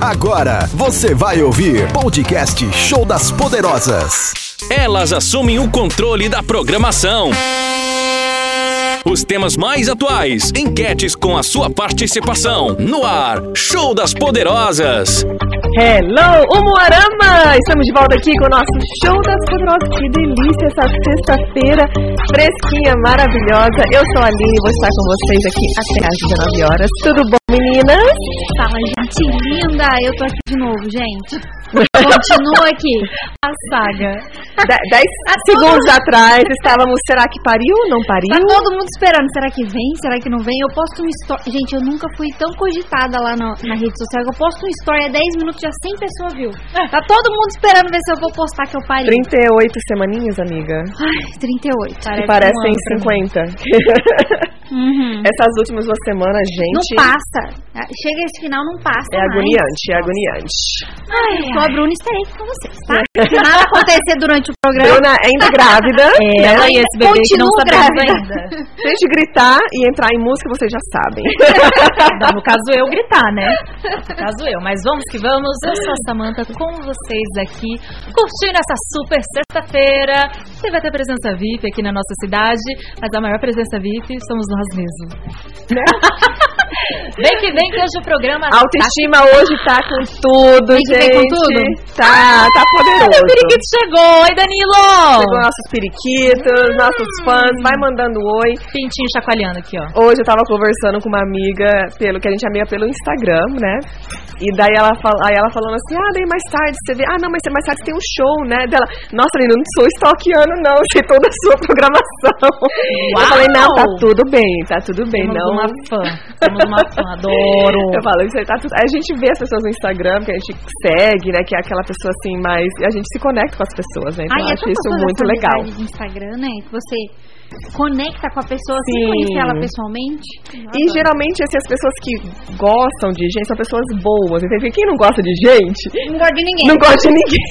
Agora você vai ouvir podcast Show das Poderosas. Elas assumem o controle da programação. Os temas mais atuais, enquetes com a sua participação. No ar, Show das Poderosas. Hello, Umuarama! Estamos de volta aqui com o nosso Show das Poderosas. Que delícia essa sexta-feira fresquinha, maravilhosa. Eu sou a Aline e vou estar com vocês aqui até às 19 horas. Tudo bom, meninas? Fala, gente linda! Eu tô aqui de novo, gente. Continua aqui a saga. De- dez segundos atrás estávamos, será que pariu ou não Tá pariu? todo mundo esperando. Será que vem? Será que não vem? Eu posto um story. Gente, eu nunca fui tão cogitada lá no- na rede social. Eu posto um story há 10 minutos já 100 pessoas viu. Tá todo mundo esperando ver se eu vou postar que eu parei. 38 semaninhas, amiga. Ai, 38. Que um parecem ano pra mim. 50. Uhum. Essas últimas duas semanas, gente. Não passa. Chega esse final, não passa. É mais. agoniante, é agoniante. Ai, eu sou a Bruna e estarei aqui com vocês, tá? Se nada acontecer durante o programa, Bruna ainda grávida. né? É, ela e esse bebê que não Continua sabemos Se a gente gritar e entrar em música, vocês já sabem. Não, Então, no caso eu gritar, né? No caso eu. Mas vamos que vamos. Eu sou a Samanta com vocês aqui, curtindo essa super sexta-feira. Teve até presença VIP aqui na nossa cidade, mas a maior presença VIP somos nós mesmos. Vem que vem que hoje o programa A autoestima hoje tá com tudo, Vem que gente. vem com tudo? Tá, tá Cadê o poderoso. periquito chegou? Oi, tá Danilo! Chegou nossos periquitos, nossos fãs, vai mandando oi. Pintinho chacoalhando aqui, ó. Hoje eu tava conversando com uma amiga, pelo que a gente é amiga pelo Instagram, né? E daí ela, fala, aí ela falando assim, ah, daí mais tarde você vê, ah, não, mas mais tarde tem um show, né? Dela, nossa, Lina, eu não sou stalkeando, não, eu sei toda a sua programação. Eu Uau! falei, não, tá tudo bem, tá tudo bem, Temos não. uma fã. Temos uma fã. Adoro. Eu falo, isso aí tá tudo. A gente vê as pessoas no Instagram, que a gente segue, né? Que é aquela pessoa assim, mas a gente se conecta com as pessoas, né? Então Ai, eu é acho tão isso gostoso muito essa legal. amizade de Instagram, né? Que você conecta com a pessoa Sim. sem conhecer ela pessoalmente. E Eu adoro. geralmente, assim, as pessoas que gostam de gente são pessoas boas, entende? Porque Quem não gosta de gente, Não gosta de ninguém. não Não, gosta de ninguém.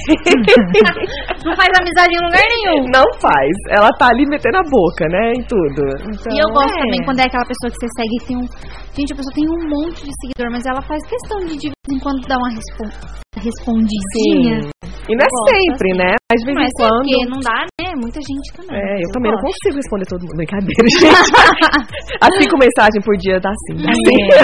faz amizade em lugar nenhum. não faz. Ela tá ali metendo a boca, né? Em tudo. Então, e eu gosto é. também quando é aquela pessoa que você segue e tem um. Gente, a pessoa tem um monte de seguidor, mas ela faz questão de de vez em quando dar uma respon... respondidinha. Sim. E não é Eu gosto, sempre, assim. né? Mas de vez Não é em quando. porque não dá, né? Muita gente também. É, eu também não gosto. consigo responder todo mundo. Brincadeira, gente. As cinco mensagens por dia dá sim. Dá sim. É.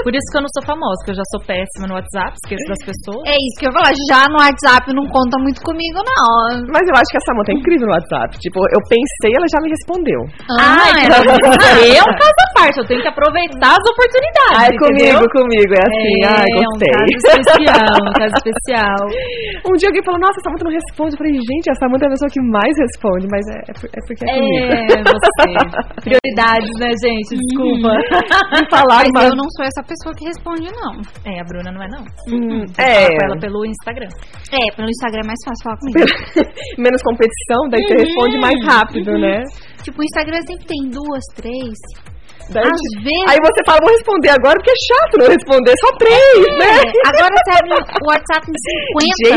Por isso que eu não sou famosa, que eu já sou péssima no WhatsApp, esqueço das pessoas. É isso que eu ia falar. Já no WhatsApp não conta muito comigo, não. Mas eu acho que a Samanta é incrível no WhatsApp. Tipo, eu pensei, ela já me respondeu. Ah, é. então. é um caso à parte, eu tenho que aproveitar as oportunidades. Ai, entendeu? comigo, comigo. É assim, é, ai, é um gostei. caso especial, um caso especial. Um dia alguém falou, nossa, a Samanta não responde. Eu falei, gente, a Samanta é a pessoa que mais responde, mas é, é por- é porque é, comigo. É, você. Prioridades, né, gente? Desculpa. Me falaram, Mas mas... eu não sou essa pessoa que responde, não. É, a Bruna não é, não. Hum, Fala é, com ela pelo Instagram. É, pelo Instagram é mais fácil falar comigo. menos competição, daí Uhum. você responde mais rápido, né? Tipo, o Instagram sempre tem duas, três. Daí Ah, Às te- é. vezes- Aí você fala, vou responder agora, porque é chato não responder só três, né? É, agora tá você abre o WhatsApp em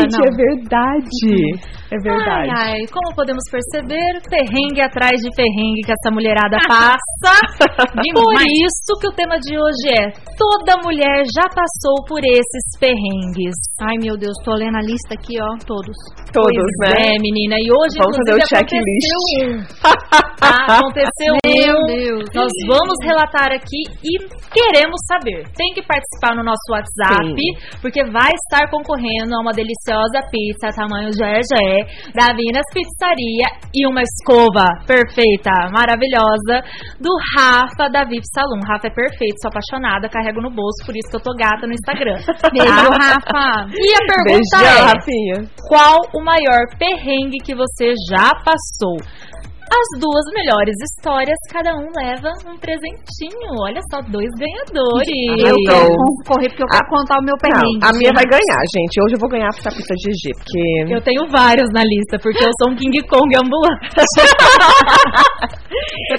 50, Gente, não. é verdade. É verdade. Ai, ai, como podemos perceber, perrengue atrás de perrengue que essa mulherada passa. por Demais. isso que o tema de hoje é Toda mulher já passou por esses perrengues. Ai, meu Deus, tô lendo a lista aqui, ó, todos. Todos, Pois né? É, menina, e hoje Vamos fazer o inclusive, checklist. aconteceu um. Tá, aconteceu Meu um. Deus. Nós vamos relatar aqui e queremos saber. Tem que participar no nosso WhatsApp, porque vai estar concorrendo a uma deliciosa pizza tamanho GE da Vinas Pizzaria e uma escova perfeita, maravilhosa, do Rafa da VIP Salon. Rafa é perfeito, sou apaixonada, carrego no bolso, por isso que eu tô gata no Instagram. Beijo, tá? Rafa. E a pergunta Beijão, é: Rafinha. qual o maior perrengue que você já passou? As duas melhores histórias, cada um leva um presentinho. Olha só, dois ganhadores. Eu Então. quero concorrer porque eu quero contar o meu perrengue. Ah, Não, a minha vai ganhar, gente. Hoje eu vou ganhar essa pista de GG, porque... Eu tenho vários na lista, porque eu sou um King Kong ambulante. a,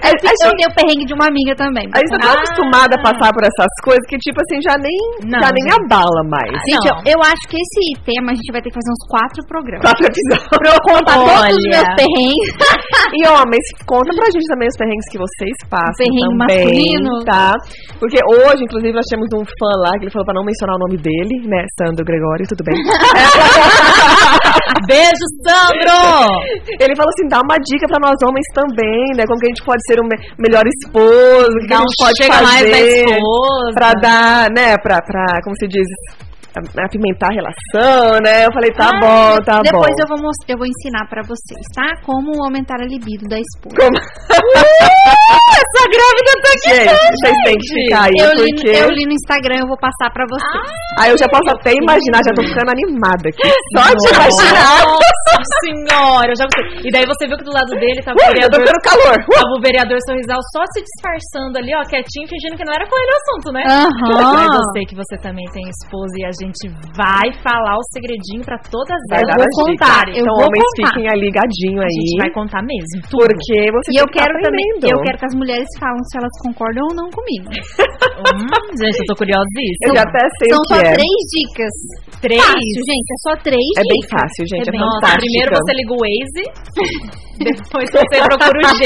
a Eu gente, tenho o perrengue de uma amiga também. É, a gente tá tão Ah. acostumada a passar por essas coisas que, tipo assim, já nem, Não, já nem gente. abala mais. Gente, Não. eu, eu acho que esse tema Tá a gente vai ter que fazer uns quatro programas. Quatro episódios. Pra eu contar todos os Olha. meus perrengues. E ó, Não, mas conta pra gente também os perrengues que vocês passam. Perrengue também, masculino. Tá. Porque hoje, inclusive, nós temos um fã lá que ele falou pra não mencionar o nome dele, né? Sandro Gregório, tudo bem. Beijo, Sandro! ele falou assim: dá uma dica pra nós homens também, né? Como que a gente pode ser o me- melhor esposo, o que, que a um gente pode chega fazer. mais da esposa. pra dar, né, pra, pra como se diz, a- apimentar a relação, né? Eu falei, tá Ah, bom, tá bom. Depois eu vou mostrar, eu vou ensinar pra vocês, tá? Como aumentar a libido da esposa. Como... Uh, Essa grávida tá aqui! gente, vocês têm que gente. ficar aí, é eu, li, porque... Ah, eu li no Instagram, eu vou passar pra vocês. Aí eu já posso até imaginar, já tô ficando animada aqui. Só de Nossa imaginar. senhora, eu já gostei. E daí você viu que do lado dele tava o Uh, eu tô vereador. ficando calor. Uh, Tava o vereador sorrisal só se disfarçando ali, ó, quietinho, fingindo que não era com ele o assunto, né? Aham. Mas eu sei que você também tem esposa e a gente vai falar o segredinho pra todas vai elas. dar as vou dicas. contar, eu então, vou homens, contar. fiquem ali ligadinho aí. A gente vai contar mesmo. tudo. Porque você E eu quero também, eu quero que as mulheres falem se elas concordam ou não comigo. Hum, gente, eu tô curiosíssima. Eu já até sei São o que só é. três dicas. Três? Fácil, gente, é só três É bem dicas. fácil, gente. É, bem- Nossa, fantástico. É primeiro você liga o Waze, depois você procura o G.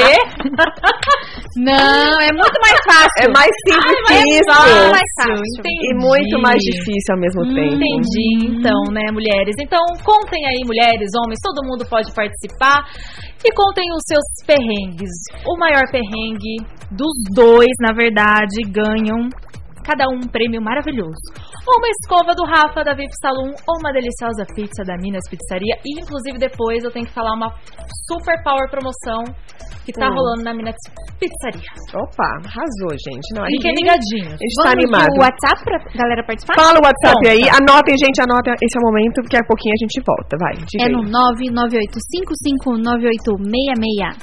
Não, é muito mais fácil. É mais simples Ai, que mas é isso. fácil. E muito mais difícil ao Hum, mesmo tempo. Entendi, então, né, mulheres? Então, contem aí, mulheres, homens, todo mundo pode participar. E contem os seus perrengues. O maior perrengue dos dois, na verdade, ganham cada um um prêmio maravilhoso. Ou uma escova do Rafa da VIP Saloon, ou uma deliciosa pizza da Minas Pizzaria. E, inclusive, depois eu tenho que falar uma super power promoção que tá Hum. rolando na Minas Pizzaria. Opa, arrasou, gente. Não, é Fiquem aqui- ligadinhos. A gente tá Vamos animado. pro WhatsApp pra galera participar? Fala o WhatsApp aí, anotem, gente, anotem. Esse é o momento, porque a pouquinho a gente volta. Vai, diga É aí. no 998559866.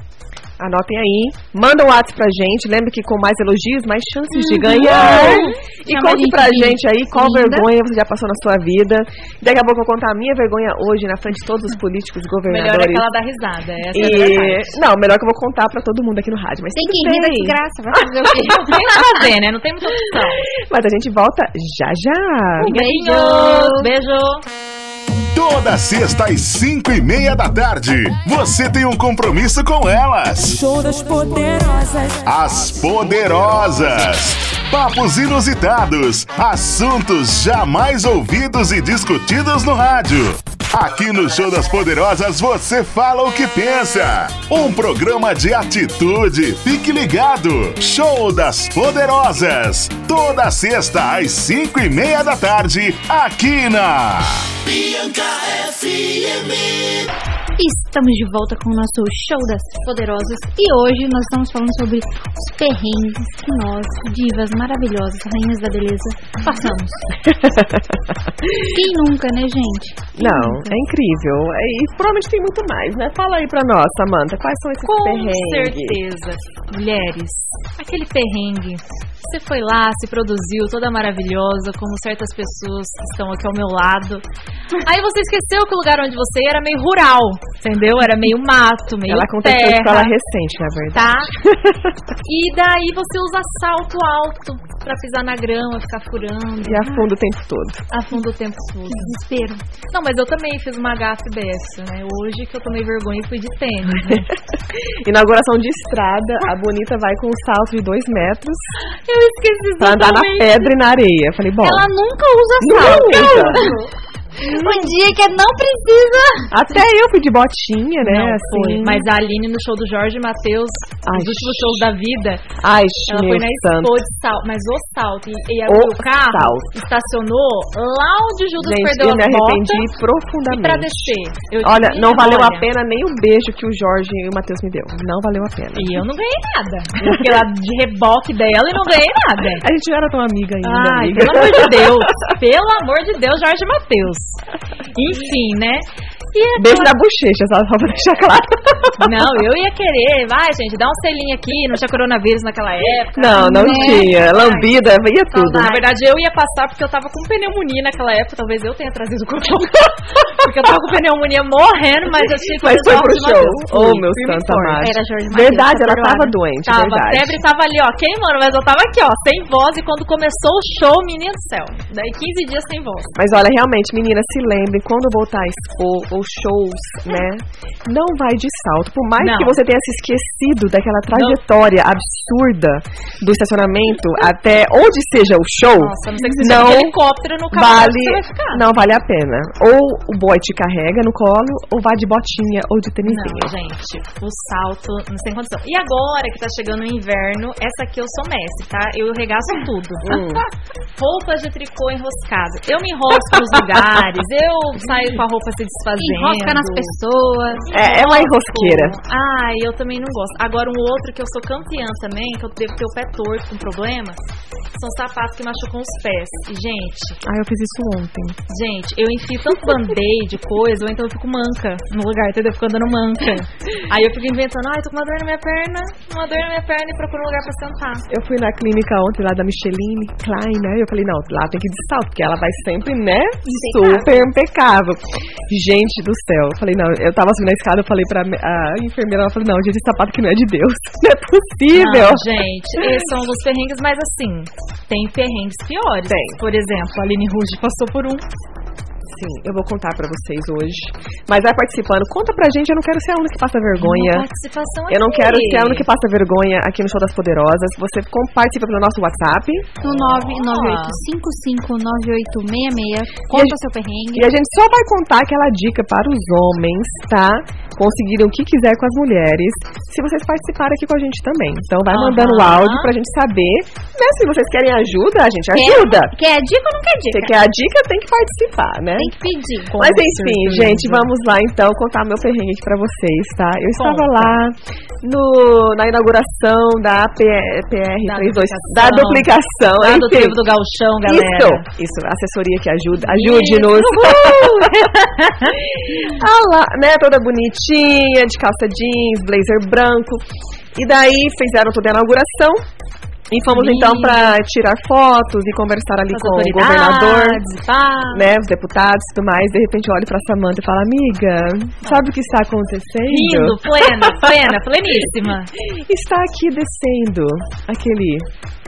Anotem aí, manda um WhatsApp pra gente. Lembra que com mais elogios, mais chances de ganhar. E Uhum. Chama a conte gente pra de gente aí qual linda. vergonha você já passou na sua vida. Daqui a pouco eu vou contar a minha vergonha hoje na frente de todos os políticos, Melhor é governadores. aquela da risada. Essa é a e... verdade. Não, melhor que eu vou contar pra todo mundo aqui no rádio. Mas Tem tudo que rir da bem. desgraça, vai fazer o quê? Não tem nada a ver, né? Não tem muita opção. Mas a gente volta já já. Um beijo. Beijo. Toda sexta às cinco e meia da tarde, você tem um compromisso com elas. Show das poderosas. As Poderosas. Papos inusitados, assuntos jamais ouvidos e discutidos no rádio. Aqui no Show das Poderosas você fala o que pensa. Um programa de atitude. Fique ligado. Show das Poderosas. Toda sexta às cinco e meia da tarde, aqui na. Estamos de volta com o nosso Show das Poderosas e hoje nós estamos falando sobre os perrengues que nós, divas maravilhosas, rainhas da beleza, passamos. Quem nunca, né, gente? Não, é incrível. É, E provavelmente tem muito mais, né? Fala aí pra nós, Samanta, quais são esses Com perrengues? certeza. Mulheres, aquele perrengue. Você foi lá, se produziu, toda maravilhosa, como certas pessoas que estão aqui ao meu lado. Aí você esqueceu que o lugar onde você ia era meio rural, entendeu? Era meio mato, meio Ela aconteceu isso pra terra. ela recente, na verdade. tá? E daí você usa salto alto pra pisar na grama, ficar furando, E afunda o tempo todo. afunda o tempo todo. Desespero. Não, mas eu também fiz uma gafe dessa, né? Hoje que eu tomei vergonha e fui de tênis, né? Inauguração de estrada, a bonita vai com um salto de dois metros Eu esqueci pra andar na totalmente. pedra e na areia. Falei, bom, Ela nunca usa Nunca salto. Um dia que não precisa. até eu fui de botinha, né? Não, foi. assim. Mas a Aline no show do Jorge Matheus, Ai, nos últimos shows da vida, Ai, ela meu foi na santo. expo de salto. Mas o salto, e, e aí O o, carro salto. estacionou lá onde o Judas Gente, perdeu eu me as arrependi botas e pra profundamente. descer. Eu Olha, disse, não valeu a olha, pena nem o beijo que o Jorge e o Matheus me deu. Não valeu a pena. E eu não ganhei nada. Eu fiquei lá de reboque dela e não ganhei nada. A gente É, não era tão amiga ainda, Ai, amiga. pelo amor de Deus. Pelo amor de Deus, Jorge Matheus. Enfim, né? E é Beijo claro- na bochecha, só, só pra deixar claro. Não, eu ia querer. Vai, gente, dá um selinho aqui. Não tinha coronavírus naquela época. Então Não, não Né? tinha. Lambida, ia tudo. Na verdade, eu ia passar porque eu tava com pneumonia naquela época. Talvez eu tenha trazido o Covid. Porque eu tava com pneumonia morrendo, mas eu tinha que Mas fazer foi só pro de uma show. vez. Oh, Fui, meu firme e santo forte. amado. Era Jorge Matheus, Verdade, ela Taperoada. tava doente, Tava, a verdade. febre tava ali, ó, queimando, mas eu tava aqui, ó, sem voz. E quando começou o show, menino do céu. Daí 15 dias sem voz. Mas olha, realmente, meninas, se lembrem, quando voltar a expor ou shows, né? Não vai de salto. Por mais Não. que você tenha se esquecido daquela trajetória absurda do estacionamento até onde seja o show, Nossa, a não sei que você não chegue de helicóptero no cavalo vale, que você vai ficar. não vale a pena. Ou o boy te carrega no colo, ou vá de botinha ou de Não, tênisinha. gente, o salto não tem condição. E agora que tá chegando o inverno, essa aqui eu sou mestre, tá? Eu regaço tudo. Roupas de tricô enroscado. Eu me enrosco nos lugares, eu saio com a roupa se desfazendo. Enrosca nas pessoas. É, é uma enrosqueira. Ai, eu também não gosto. Agora, um outro que eu sou campeã também, que eu devo ter o pé torto com problema, são sapatos que machucam os pés. E, gente, Ah, eu fiz isso ontem. Gente, eu enfio tanto band-aid, coisa, ou então eu fico manca no lugar, entendeu? Eu fico andando manca. Aí eu fico inventando, ai, tô com uma dor na minha perna, uma dor na minha perna e procuro um lugar pra sentar. Eu fui na clínica ontem lá da Micheline Klein, né? Eu falei, não, lá tem que ir de salto, porque ela vai sempre, né? Super impecável. Gente do céu. Eu falei, não, eu tava subindo a escada, eu falei pra me- a enfermeira, ela falou, não, gente, esse sapato que não é de Deus. Não é possível. Não, gente, esses são os perrengues, mas assim, tem perrengues piores. Tem. Por exemplo, a Aline Ruge passou por um. Sim, eu vou contar pra vocês hoje. Mas vai participando. Conta pra gente, eu não quero ser a única que passa vergonha. Uma participação Eu não aqui. quero ser a única que passa vergonha aqui no Show das Poderosas. Você com- participa pelo nosso WhatsApp. No 998559866. Conta seu perrengue. E a gente só vai contar aquela dica para os homens, tá? Conseguirem o que quiser com as mulheres, se vocês participarem aqui com a gente também. Então vai Aham. mandando o áudio pra gente saber, né? Se vocês querem ajuda, a gente ajuda. Quer dica ou não quer dica? Você quer a dica, tem que participar, né? Tem que pedir. Mas enfim, certeza. gente, vamos lá então contar meu perrengue aqui pra vocês, tá? Eu estava Conta. lá no, na inauguração da PR32, da Da duplicação, Lá do enfim. trevo do galchão, galera. Isso, isso, assessoria que ajuda, ajude-nos. ah lá, né, toda bonitinha, de calça jeans, blazer branco. E daí fizeram toda a inauguração. E fomos então pra tirar fotos e conversar ali As com o autoridades, governador, pá. né, os deputados e tudo mais. De repente eu olho pra Samanta e falo, amiga, sabe o que está acontecendo? Lindo, plena, plena, pleníssima. Está aqui descendo aquele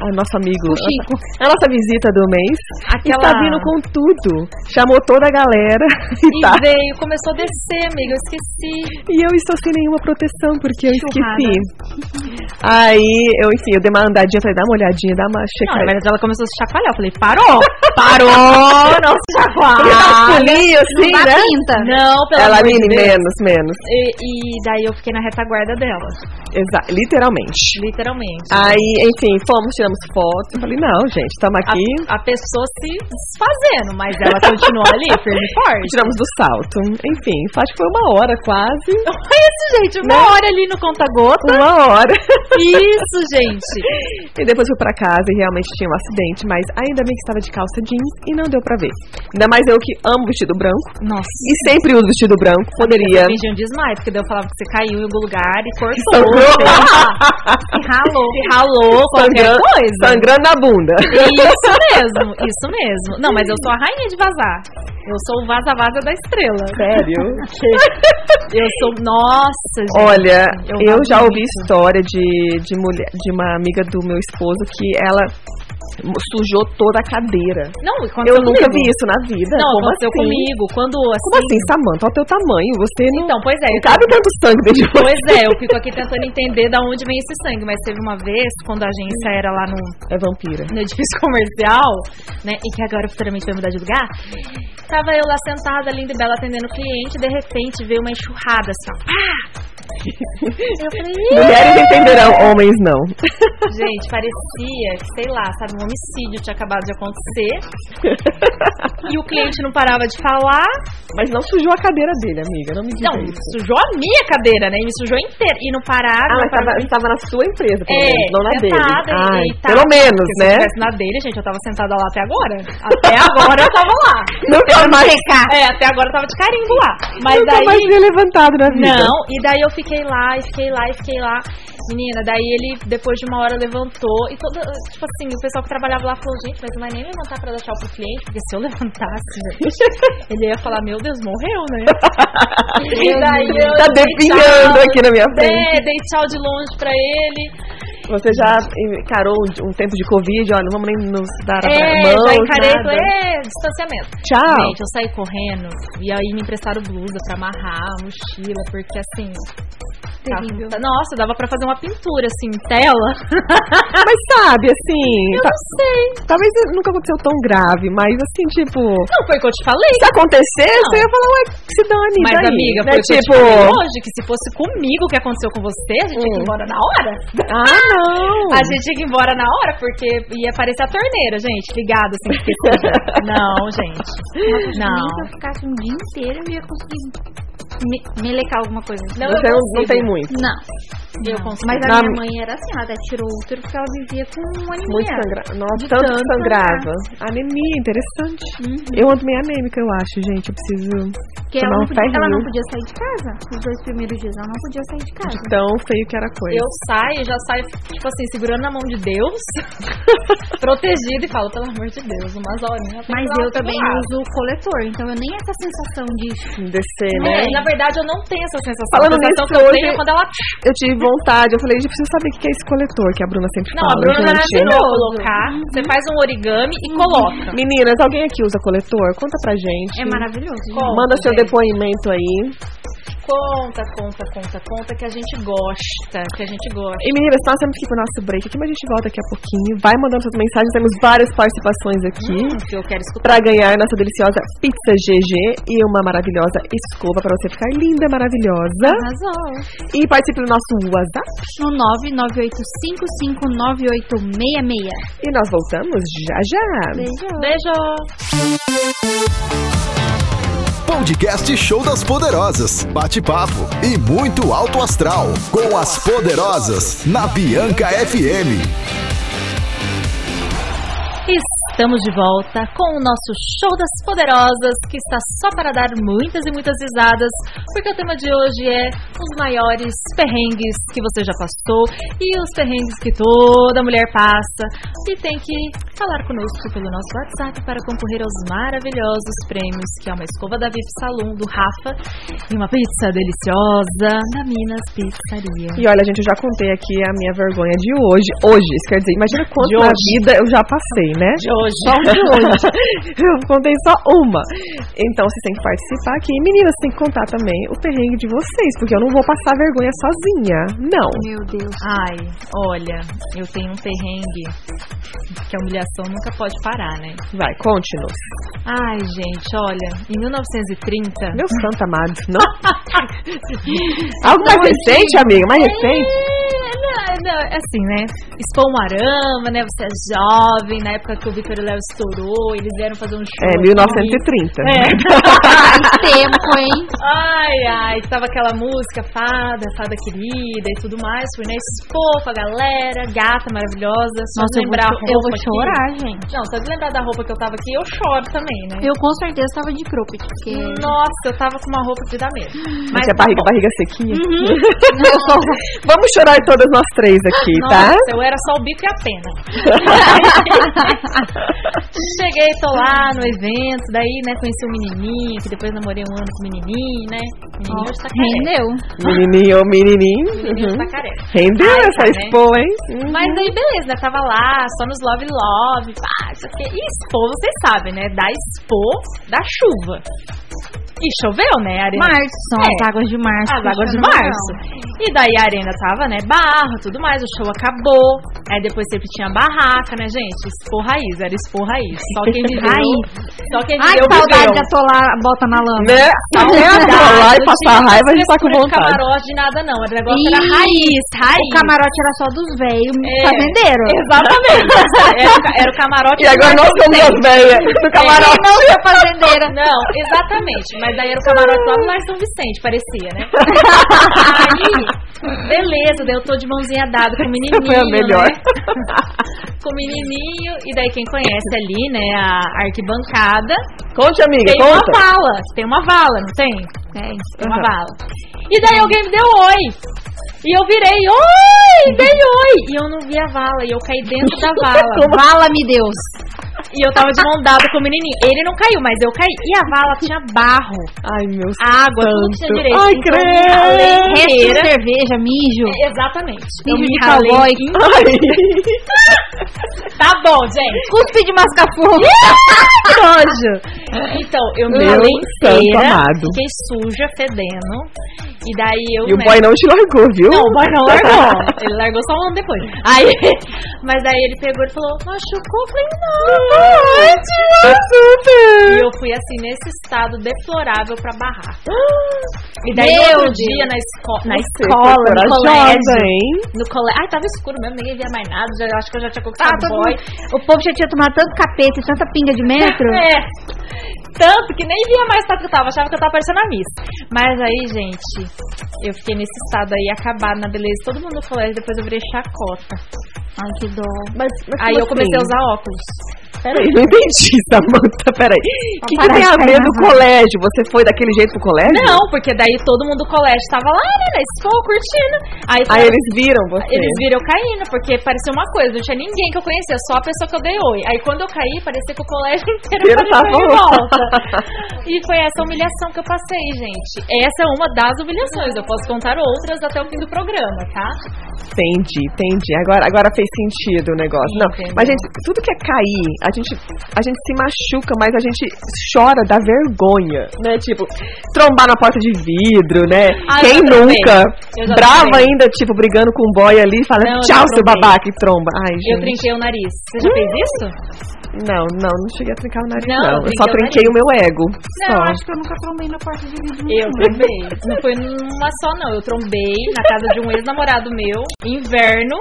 ah, nosso amigo, O Chico. a nossa visita do mês. Aquela- Está vindo com tudo. Chamou toda a galera e E tá. veio, começou a descer, amiga, eu esqueci. E eu estou sem nenhuma proteção, porque eu esqueci. Aí, eu, enfim, eu dei uma andadinha, falei, dá uma olhadinha, dá uma Não, na checada. verdade ela começou a se chacoalhar. Eu falei, parou! Parou! Não se Porque dá uns chacoalha! pulinhos, tá assim, Dá né? pinta. Não, tá pelo Ela, amor de Aline, Deus. menos, menos. E, e daí eu fiquei na retaguarda dela, Exa- literalmente. literalmente. Aí, enfim, fomos, tiramos fotos. Eu falei, não, gente, estamos A, aqui. a pessoa se desfazendo, mas ela continuou ali, firme e forte. Tiramos do salto. Enfim, acho que foi uma hora quase. Isso, gente, uma Né? hora ali no conta-gota. Uma hora. Isso, gente. E depois fui pra casa e realmente tinha um acidente, mas ainda bem que estava de calça jeans e não deu pra ver. Ainda mais eu que amo vestido branco Nossa. e sempre uso vestido branco, poderia. Eu fingi um desmaio, porque daí eu falava que você caiu em algum lugar e cortou. Sangrou. sei lá. Se ralou, se ralou, qualquer Sangrando, coisa. sangrando na bunda. Isso mesmo, isso mesmo. Não, mas eu sou a rainha de vazar. Eu sou o vaza-vaza da estrela. Sério? Eu sou. Nossa, gente. Olha, Eu eu, vazo já ouvi muito. história de, de mulher, de uma amiga do meu esposo que ela sujou toda a cadeira. Não, aconteceu Eu nunca comigo. vi isso na vida. Não, Como aconteceu assim? comigo. Quando assim. Como assim, Samanta? Olha o teu tamanho. Você não, Então, pois é. não eu- cabe tanto sangue dentro de você. Pois é, eu fico aqui tentando entender da onde vem esse sangue. Mas teve uma vez, quando a agência era lá no, É vampira. no edifício né, comercial, né? E que agora futuramente vai mudar de lugar. Tava eu lá sentada, linda e bela, atendendo o cliente, de repente veio uma enxurrada assim, ó. Pá! Eu falei, "Ih!" Mulheres entenderão, homens não. gente, parecia, que, sei lá, sabe, um homicídio tinha acabado de acontecer. E o cliente não parava de falar. Mas não sujou a cadeira dele, amiga. Não me diga Não, É isso. sujou a minha cadeira, né? E me sujou inteira. E não parava. Ah, não mas parava. tava, tava na sua empresa, pelo É, menos, não na dele. sentada e- Ai, e tá- pelo menos, Porque Se né? eu tivesse na dele, gente, eu tava sentada lá até agora. Até agora eu tava lá. Não quero mais É, até agora eu tava de carimbo lá. Mas Nunca daí. mais vi levantado na vida. Não, e daí eu fiquei lá, e fiquei lá, e fiquei lá. Menina, daí ele, depois de uma hora, levantou. E toda, tipo assim, o pessoal que trabalhava lá falou: gente, mas não vai nem levantar pra dar tchau pro cliente, porque se eu levantasse, gente, ele ia falar: meu Deus, morreu, né? E daí eu tá dei definhando tchau. Tá aqui na minha frente. É, dei tchau de longe pra ele. Você já encarou um tempo de Covid, ó, não vamos nem nos dar a É, Tá mão. já encarei e falei, nada. é, distanciamento. Tchau. Gente, eu saí correndo e aí me emprestaram blusa pra amarrar a mochila, porque assim. tava- Terrível. Nossa, dava pra fazer uma pintura assim, em tela. Ah, Mas sabe, assim. Eu ta- não sei. Talvez nunca aconteceu tão grave, mas assim, tipo. Não foi o que eu te falei. Se acontecesse, Não. eu ia falar, ué, que se dane, Mas, daí, amiga, né? foi o que tipo. eu te falei hoje que se fosse comigo o que aconteceu com você, a gente tinha que ir Hum. embora na hora. Ah, não! A gente tinha que ir embora na hora, porque ia aparecer a torneira, gente. Ligado, assim, que seja. Não, gente. Não. Nem se eu ficasse um dia inteiro, eu ia conseguir me, melecar alguma coisa. Não, Você eu não, consigo. não tem muito. Não. Eu não. consigo. Mas a Na- minha mãe era assim, ela até tirou o útero porque ela vivia com um anemia. é. Muito sangrado. Nossa, De tanto que tanto sangrava. Anemia, interessante. Eu ando meio anêmica, eu acho, gente. Eu preciso. Uhum. Porque ela Tomar não, um podia, ela não ferrinho. podia sair de casa. Nos dois primeiros dias ela não podia sair de casa. Tão feio um que era a coisa. Eu saio, já saio, tipo assim, segurando na mão de Deus, protegida, e falo, pelo amor de Deus, umas horinhas. tem que Mas dar uma eu também segurada. uso o coletor, então eu nem essa sensação de Descer, né? É, na verdade, eu não tenho essa sensação. Falando a sensação nisso, que eu hoje- tenho é quando ela. Eu tive vontade, eu falei, gente, preciso saber o que é esse coletor que a Bruna sempre Não, a fala. Bruna é já me gente. ensinou a colocar. Você faz um origami e coloca. Meninas, alguém aqui usa coletor? Conta pra gente. É maravilhoso. gente. Bom, Manda seu gente. depoimento aí. Conta, conta, conta, conta que a gente gosta. Que a gente gosta. E meninas, nós temos que ir pro nosso break aqui, mas a gente volta daqui a pouquinho. Vai mandando suas mensagens, temos várias participações aqui. Hum, que eu quero escutar. Pra ganhar nossa deliciosa pizza GG e uma maravilhosa escova pra você ficar linda, maravilhosa. Arrasou. E participe do nosso WhatsApp. No 998559866. E nós voltamos já já. Beijo. Beijo! Podcast Show das Poderosas. Bate-papo e muito alto astral. Com as Poderosas, na Bianca FM. Estamos de volta com o nosso Show das Poderosas, que está só para dar muitas e muitas risadas, porque o tema de hoje é os maiores perrengues que você já passou e os perrengues que toda mulher passa. E tem que falar conosco pelo nosso WhatsApp para concorrer aos maravilhosos prêmios, que é uma escova da VIP Saloon do Rafa e uma pizza deliciosa da Minas Pizzaria. E olha, gente, eu já contei aqui a minha vergonha de hoje. Hoje, isso quer dizer, imagina quanto De na hoje. vida eu já passei, né? De hoje. Só de hoje. eu contei só uma. Então, vocês têm que participar aqui. E, Meninas, vocês têm que contar também o perrengue de vocês, porque eu não vou passar vergonha sozinha. Não. Meu Deus. Ai, olha, eu tenho um perrengue que a humilhação nunca pode parar, né? Vai, conte-nos. Ai, gente, olha, em 1930. Meu santo amado. Não. Algo mais recente, amiga? Mais recente? É, não, não, é assim, né? Expô Marama, né? Você é jovem, na época que o Vitor e o Léo estourou, eles vieram fazer um show. É, aqui. 1930. É. Faz tempo, hein? Ai, ai, tava aquela música Fada, Fada Querida e tudo mais. Fui na Expo com a galera, gata maravilhosa. Só Nossa, eu vou, de lembrar a cho- eu vou roupa aqui. chorar, gente. Não, só de lembrar da roupa que eu tava aqui, eu choro também, né? Eu com certeza tava de cropped, porque... Nossa, eu tava com uma roupa de dar medo. Mas Tinha tá barriga, bom. Uhum. barriga sequinha. Eu sou- Vamos chorar todas nós três aqui, tá? Nossa, eu era só o bico e a pena. Cheguei, tô lá no evento, daí, né, conheci um menininho, que depois namorei um ano com o menininho, né? O menininho hoje tá careca. Rendeu. Menininho ou menininho. O menininho Uhum. tá careca. Rendeu Ai, essa tá, né? expo, hein? Uhum. Mas aí, beleza, né? Tava lá, só nos Love Love, pá, não sei o quê. E Expo, vocês sabem, né? Da Expo, da chuva. E choveu, né? A arena Março, são É. as águas de março. é As águas de puxando o março. verão. E daí a arena tava, né, barro, tudo mais, o show acabou. Aí depois sempre tinha barraca, né, gente? Expor raiz, era expor raiz. Só quem viveu. Raiz. Só quem Ai, viveu, que saudade viveu. Tá de atolar a bota na lama. Tá Né? Até lá e Não passar tinha raiva, a gente tá com frescura de vontade. camarote de nada, não. O negócio era Ih, raiz, raiz. O camarote era só dos velhos tá É. fazendeiros. Exatamente. Era, o ca- era o camarote E agora nós do Marcos somos as Vicente. velhas do camarote. Não sou fazendeira. Não, exatamente. Mas daí era o camarote lá do Lar São Vicente, parecia, né? Aí, beleza, daí eu tô de mãozinha dada com o menininho. Foi a melhor. né? Com o menininho. E daí quem conhece ali, né, a arquibancada. Conte, amiga, Tem uma conta. vala. Tem uma vala, não tem? É isso. Tem uma Uhum. vala. E daí alguém me deu oi. E eu virei, oi, dei oi. E eu não vi a vala, e eu caí dentro da vala. Vala-me Deus. E e eu tava de mão dada com o menininho. Ele não caiu, mas eu caí. E a vala tinha barro, Ai, meu água, tudo que tinha Santo. direito. Ai, Então, eu me credo. ralei Resto de inteira. cerveja, mijo. Exatamente. Eu Mijo me de ralei cowboy. Tá bom, gente. Cuspe de mascafu. que nojo. Então, eu me Meu ralei santo inteira. amado. Fiquei suja, fedendo. E daí eu. Uhum. E o né, boy não te largou, viu? Não, o boy não largou. Ele largou só um ano depois. Aí, mas daí ele pegou e falou, machucou? Eu falei, não. Ótimo, Uhum. É super. E eu fui assim, nesse estado deplorável pra barrar. E daí Meu no outro Deus. dia, na, esco na Você foi escola, no corajosa, colégio. hein? No colégio. Ai, tava escuro mesmo, ninguém via mais nada. Já, acho que eu já tinha conquistado Ah, todo boy. mundo- O povo já tinha tomado tanto capeta e tanta pinga de metro. É. Tanto que nem via mais tanto que eu tava, achava que eu tava parecendo a Miss. Mas aí, gente, eu fiquei nesse estado aí, acabado na beleza. Todo mundo no colégio, depois eu virei chacota. Ai, que dó. Mas, mas Aí como eu comecei a assim? usar óculos. Peraí, não entendi, Samanta, peraí. O que, que parar tem de a cair ver na do roda. colégio? Você foi daquele jeito pro colégio? Não, porque daí todo mundo do colégio tava lá, né, na escola, curtindo. Aí, Aí falaram- eles viram você. eles viram eu caindo, porque parecia uma coisa, não tinha ninguém que eu conhecia, só a pessoa que eu dei oi. Aí quando eu caí, parecia que o colégio inteiro Inteiro apareceu tava de lá. volta. E foi essa humilhação que eu passei, gente. Essa é uma das humilhações, eu posso contar outras até o fim do programa, tá? Entendi, entendi. Agora, agora fez sentido o negócio. Não, Entendeu? mas gente, tudo que é cair, a gente, a gente se machuca, mas a gente chora da vergonha, né? Tipo, trombar na porta de vidro, né? Ah, eu Quem já trombei. nunca? Eu já Brava trombei. ainda, tipo, brigando com o boy ali, fala, Não, eu já tchau, seu trombei. babaca, e tromba. Ai, Eu gente. trinquei o nariz. Você já fez isso? Não, não, não cheguei a trincar o nariz, Não, não. eu Eu só trinquei trinquei o o meu ego. Eu só. acho que eu nunca trombei na porta de vidro. Eu trombei. Não foi numa só, não. Eu trombei na casa de um ex-namorado meu, inverno.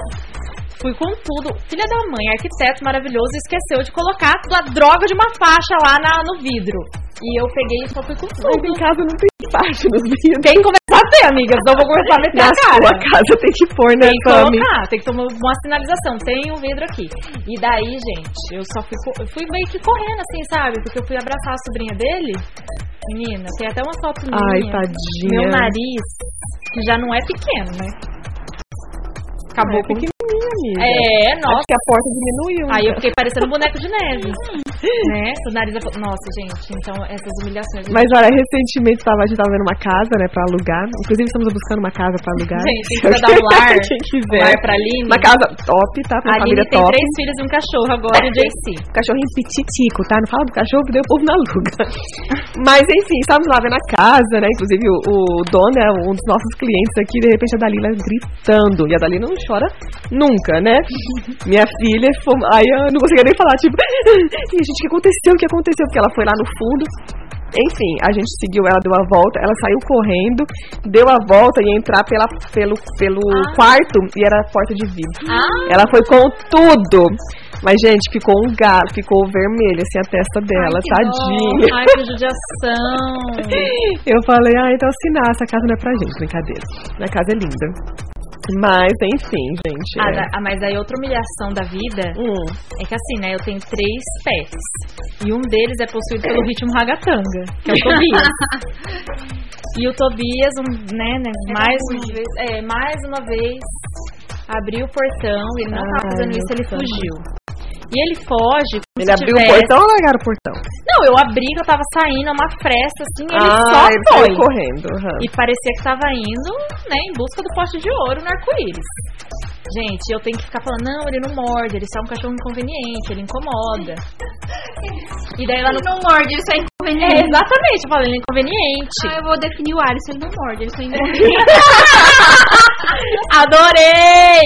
Fui com tudo. Filha da mãe, arquiteto maravilhoso, esqueceu de colocar a droga de uma faixa lá na- no vidro. E eu peguei e só fui com Mas tudo. em casa não tem parte nos vidros. Tem que começar a ter, amiga. Senão eu vou começar a meter Na a cara. sua casa tem que pôr, né, Tem que Sammy? colocar, tem que tomar uma sinalização. Tem um vidro aqui. E daí, gente, eu só fui, co- eu fui meio que correndo, assim, sabe? Porque eu fui abraçar a sobrinha dele. Menina, tem até uma foto minha. Ai, tadinha. Meu nariz, que já não é pequeno, né? Acabou Acabou com... pequenininha, amiga. É, Acho nossa. que a porta diminuiu. Aí eu fiquei parecendo um boneco de neve. né? O nariz... é- Nossa, gente, então essas humilhações... Mas olha, recentemente tava, a gente tava vendo uma casa, né, pra alugar. Inclusive estamos buscando uma casa pra alugar. Gente, tem que dar um lar. Quem Um quiser. lar pra Aline. Uma casa top, tá? Pra A uma Aline família tem top. três filhos e um cachorro agora, e o JC. Cachorrinho pititico, tá? Não fala do cachorro, que daí o povo não aluga. Mas enfim, estávamos lá vendo a casa, né? Inclusive o, o dono é um dos nossos clientes aqui, de repente a Dalila gritando. E a Dalila não chora nunca, né? Minha filha, foi, aí eu não conseguia nem falar, tipo, e gente, o que aconteceu? O que aconteceu? Porque ela foi lá no fundo. Enfim, a gente seguiu ela, deu a volta, ela saiu correndo, deu a volta e ia entrar pela, pelo, pelo Ah. quarto e era a porta de vidro. Ela foi com tudo. Mas, gente, ficou um galo, ficou vermelho, assim, a testa dela, que tadinha. dó. Ai, que judiação. Eu falei, ah, então assinar, essa casa não é pra gente, brincadeira. Minha casa é linda. Mas, enfim, gente. Ah, é. da- ah, mas aí outra humilhação da vida Hum. é que assim, né? Eu tenho três pés. E um deles é possuído pelo ritmo ragatanga, que é o Tobias. e o Tobias, um, né, né, mais, uma vez, é, mais uma vez, abriu o portão, ele não tava Ai, fazendo meu isso, ele santo. fugiu. E ele foge. como Ele se abriu o tivesse- portão ou largaram o portão? Não, eu abri que eu tava saindo, é uma fresta, assim, ele ah, só ele foi. saiu correndo. aham. E parecia que tava indo, né, em busca do poste de ouro no arco-íris. Gente, eu tenho que ficar falando, não, ele não morde, ele só é um cachorro inconveniente, ele incomoda. E daí lá no. Ele não morde, ele só é É, inconveniente. exatamente, eu falei, ele é inconveniente. Ah, eu vou definir o Alisson, ele não morde, ele só é inconveniente. Adorei!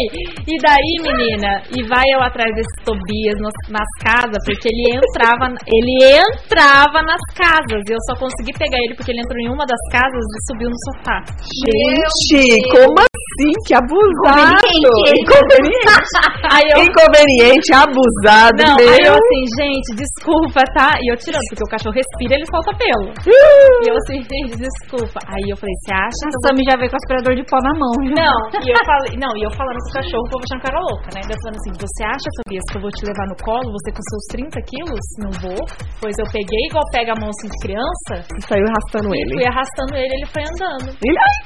E daí, menina, e vai eu atrás desse Tobias nas, nas casas, porque ele entrava, ele entrava nas casas. E eu só consegui pegar ele porque ele entrou em uma das casas e subiu no sofá. Gente, como assim? Que abusado! Inconveniente. Inconveniente, Aí eu Inconveniente, abusado, Não, meu. aí eu assim, gente, desculpa, tá? E eu tirando, porque o cachorro respira ele solta pelo. Uh! E eu assim, gente, desculpa. Aí eu falei, você acha Tá que A eu vou... Sammy já veio com aspirador de pó na mão. Não, e eu falei, não, e eu falando com o cachorro, o povo achando cara louca, né? Daí Eu falando assim, você acha, Tobias, que eu vou te levar no colo, você com seus 30 quilos? Não vou. Pois eu peguei igual pega a mão assim de criança, Saiu arrastando e ele. fui arrastando ele, ele foi andando. Ele- ai,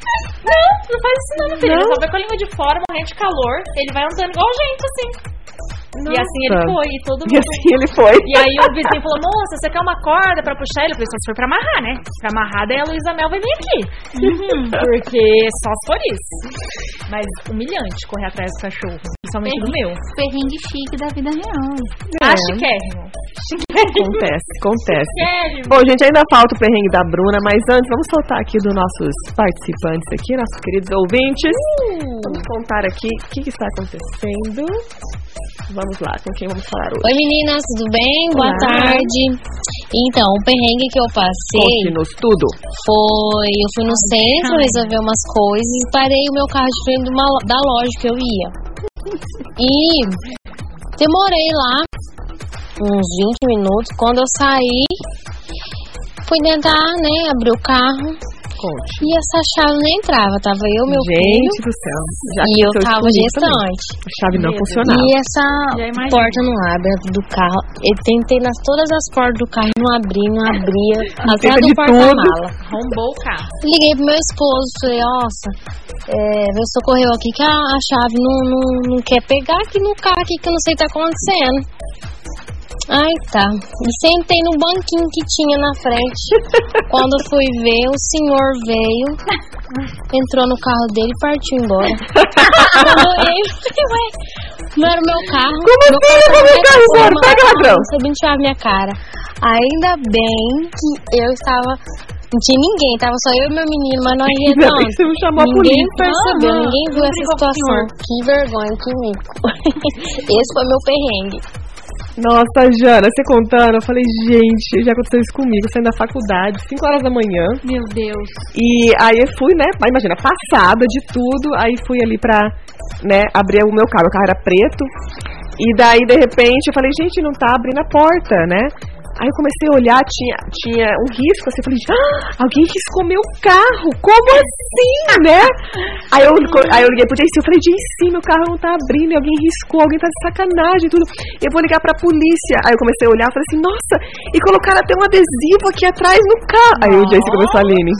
Não, não faz isso não, filho. Não? Ele só vai com a língua de fora, morrendo de calor, ele vai andando igual gente, assim. E assim ele Nossa. foi, e todo E mundo. assim ele foi. E aí o vizinho falou, moça, você quer uma corda pra puxar? Ele falou, só se for pra amarrar, né? Pra amarrar, daí a Luísa Mel vai vir aqui. Uhum, Porque só se for isso. Mas humilhante correr atrás do cachorro. Principalmente do meu. Perrengue chique da vida real. Acho é é, Chiquérrimo. É, Acontece, acontece. Chiquérrimo. Bom, gente, ainda falta o perrengue da Bruna, mas antes vamos soltar aqui dos nossos participantes aqui, nossos queridos ouvintes. Uh! Vamos contar aqui o que, que está acontecendo. Vamos lá, com quem vamos falar hoje? Oi meninas, tudo bem? Boa Olá. tarde. Então, o perrengue que eu passei Conte-nos tudo. foi, eu fui no é centro resolver umas coisas e parei o meu carro de frente de uma lo- da loja que eu ia. E demorei lá uns 20 minutos. Quando eu saí, fui tentar, né, abrir o carro Conte. e essa chave não entrava. Tava eu, meu filho Gente do céu. Já e eu aconteceu isso tava comigo também. gestante. A chave não Meu Deus. funcionava. E essa Já imagino. porta não abre a do carro. Eu tentei nas todas as portas do carro, não abria, não abria. até Tenta do de porta-mala. Arrombou o carro. Liguei pro meu esposo, falei, nossa, é, meu socorreu aqui que a, a chave não, não, não quer pegar aqui no carro aqui que eu não sei o que tá acontecendo. Ai, tá. E sentei no banquinho que tinha na frente. Quando fui ver, o senhor veio, entrou no carro dele e partiu embora. Quando eu falei, ué, não era o meu carro. Como meu assim? Como tava o carro dentro, embora? mas Pega, ladrão. Você mentiu a minha cara. Ainda bem que eu estava. Não tinha ninguém, tava só eu e meu menino, mas nós ia Ainda bem que você Ah, não chamou a Ninguém polícia. percebeu, Aham. ninguém viu brigou essa com o situação. Que vergonha, que mico. Esse foi meu perrengue. Nossa, Jana, você contando, eu falei, gente, já aconteceu isso comigo, saindo da faculdade, 5 horas da manhã. Meu Deus. E aí eu fui, né? mas Imagina, passada de tudo. Aí fui ali pra, né, abrir o meu carro. O carro era preto. E daí, de repente, eu falei, gente, não tá abrindo a porta, né? Aí eu comecei a olhar, tinha, tinha um risco, assim, eu falei, ah, alguém quis comer o carro, como assim, né? Aí eu, aí eu liguei pro Jason, eu falei, Jason, meu carro não tá abrindo, alguém riscou, alguém tá de sacanagem e tudo, eu vou ligar pra polícia. Aí eu comecei a olhar, eu falei assim, nossa, e colocaram até um adesivo aqui atrás no carro. Aí o Jason começou a Aline,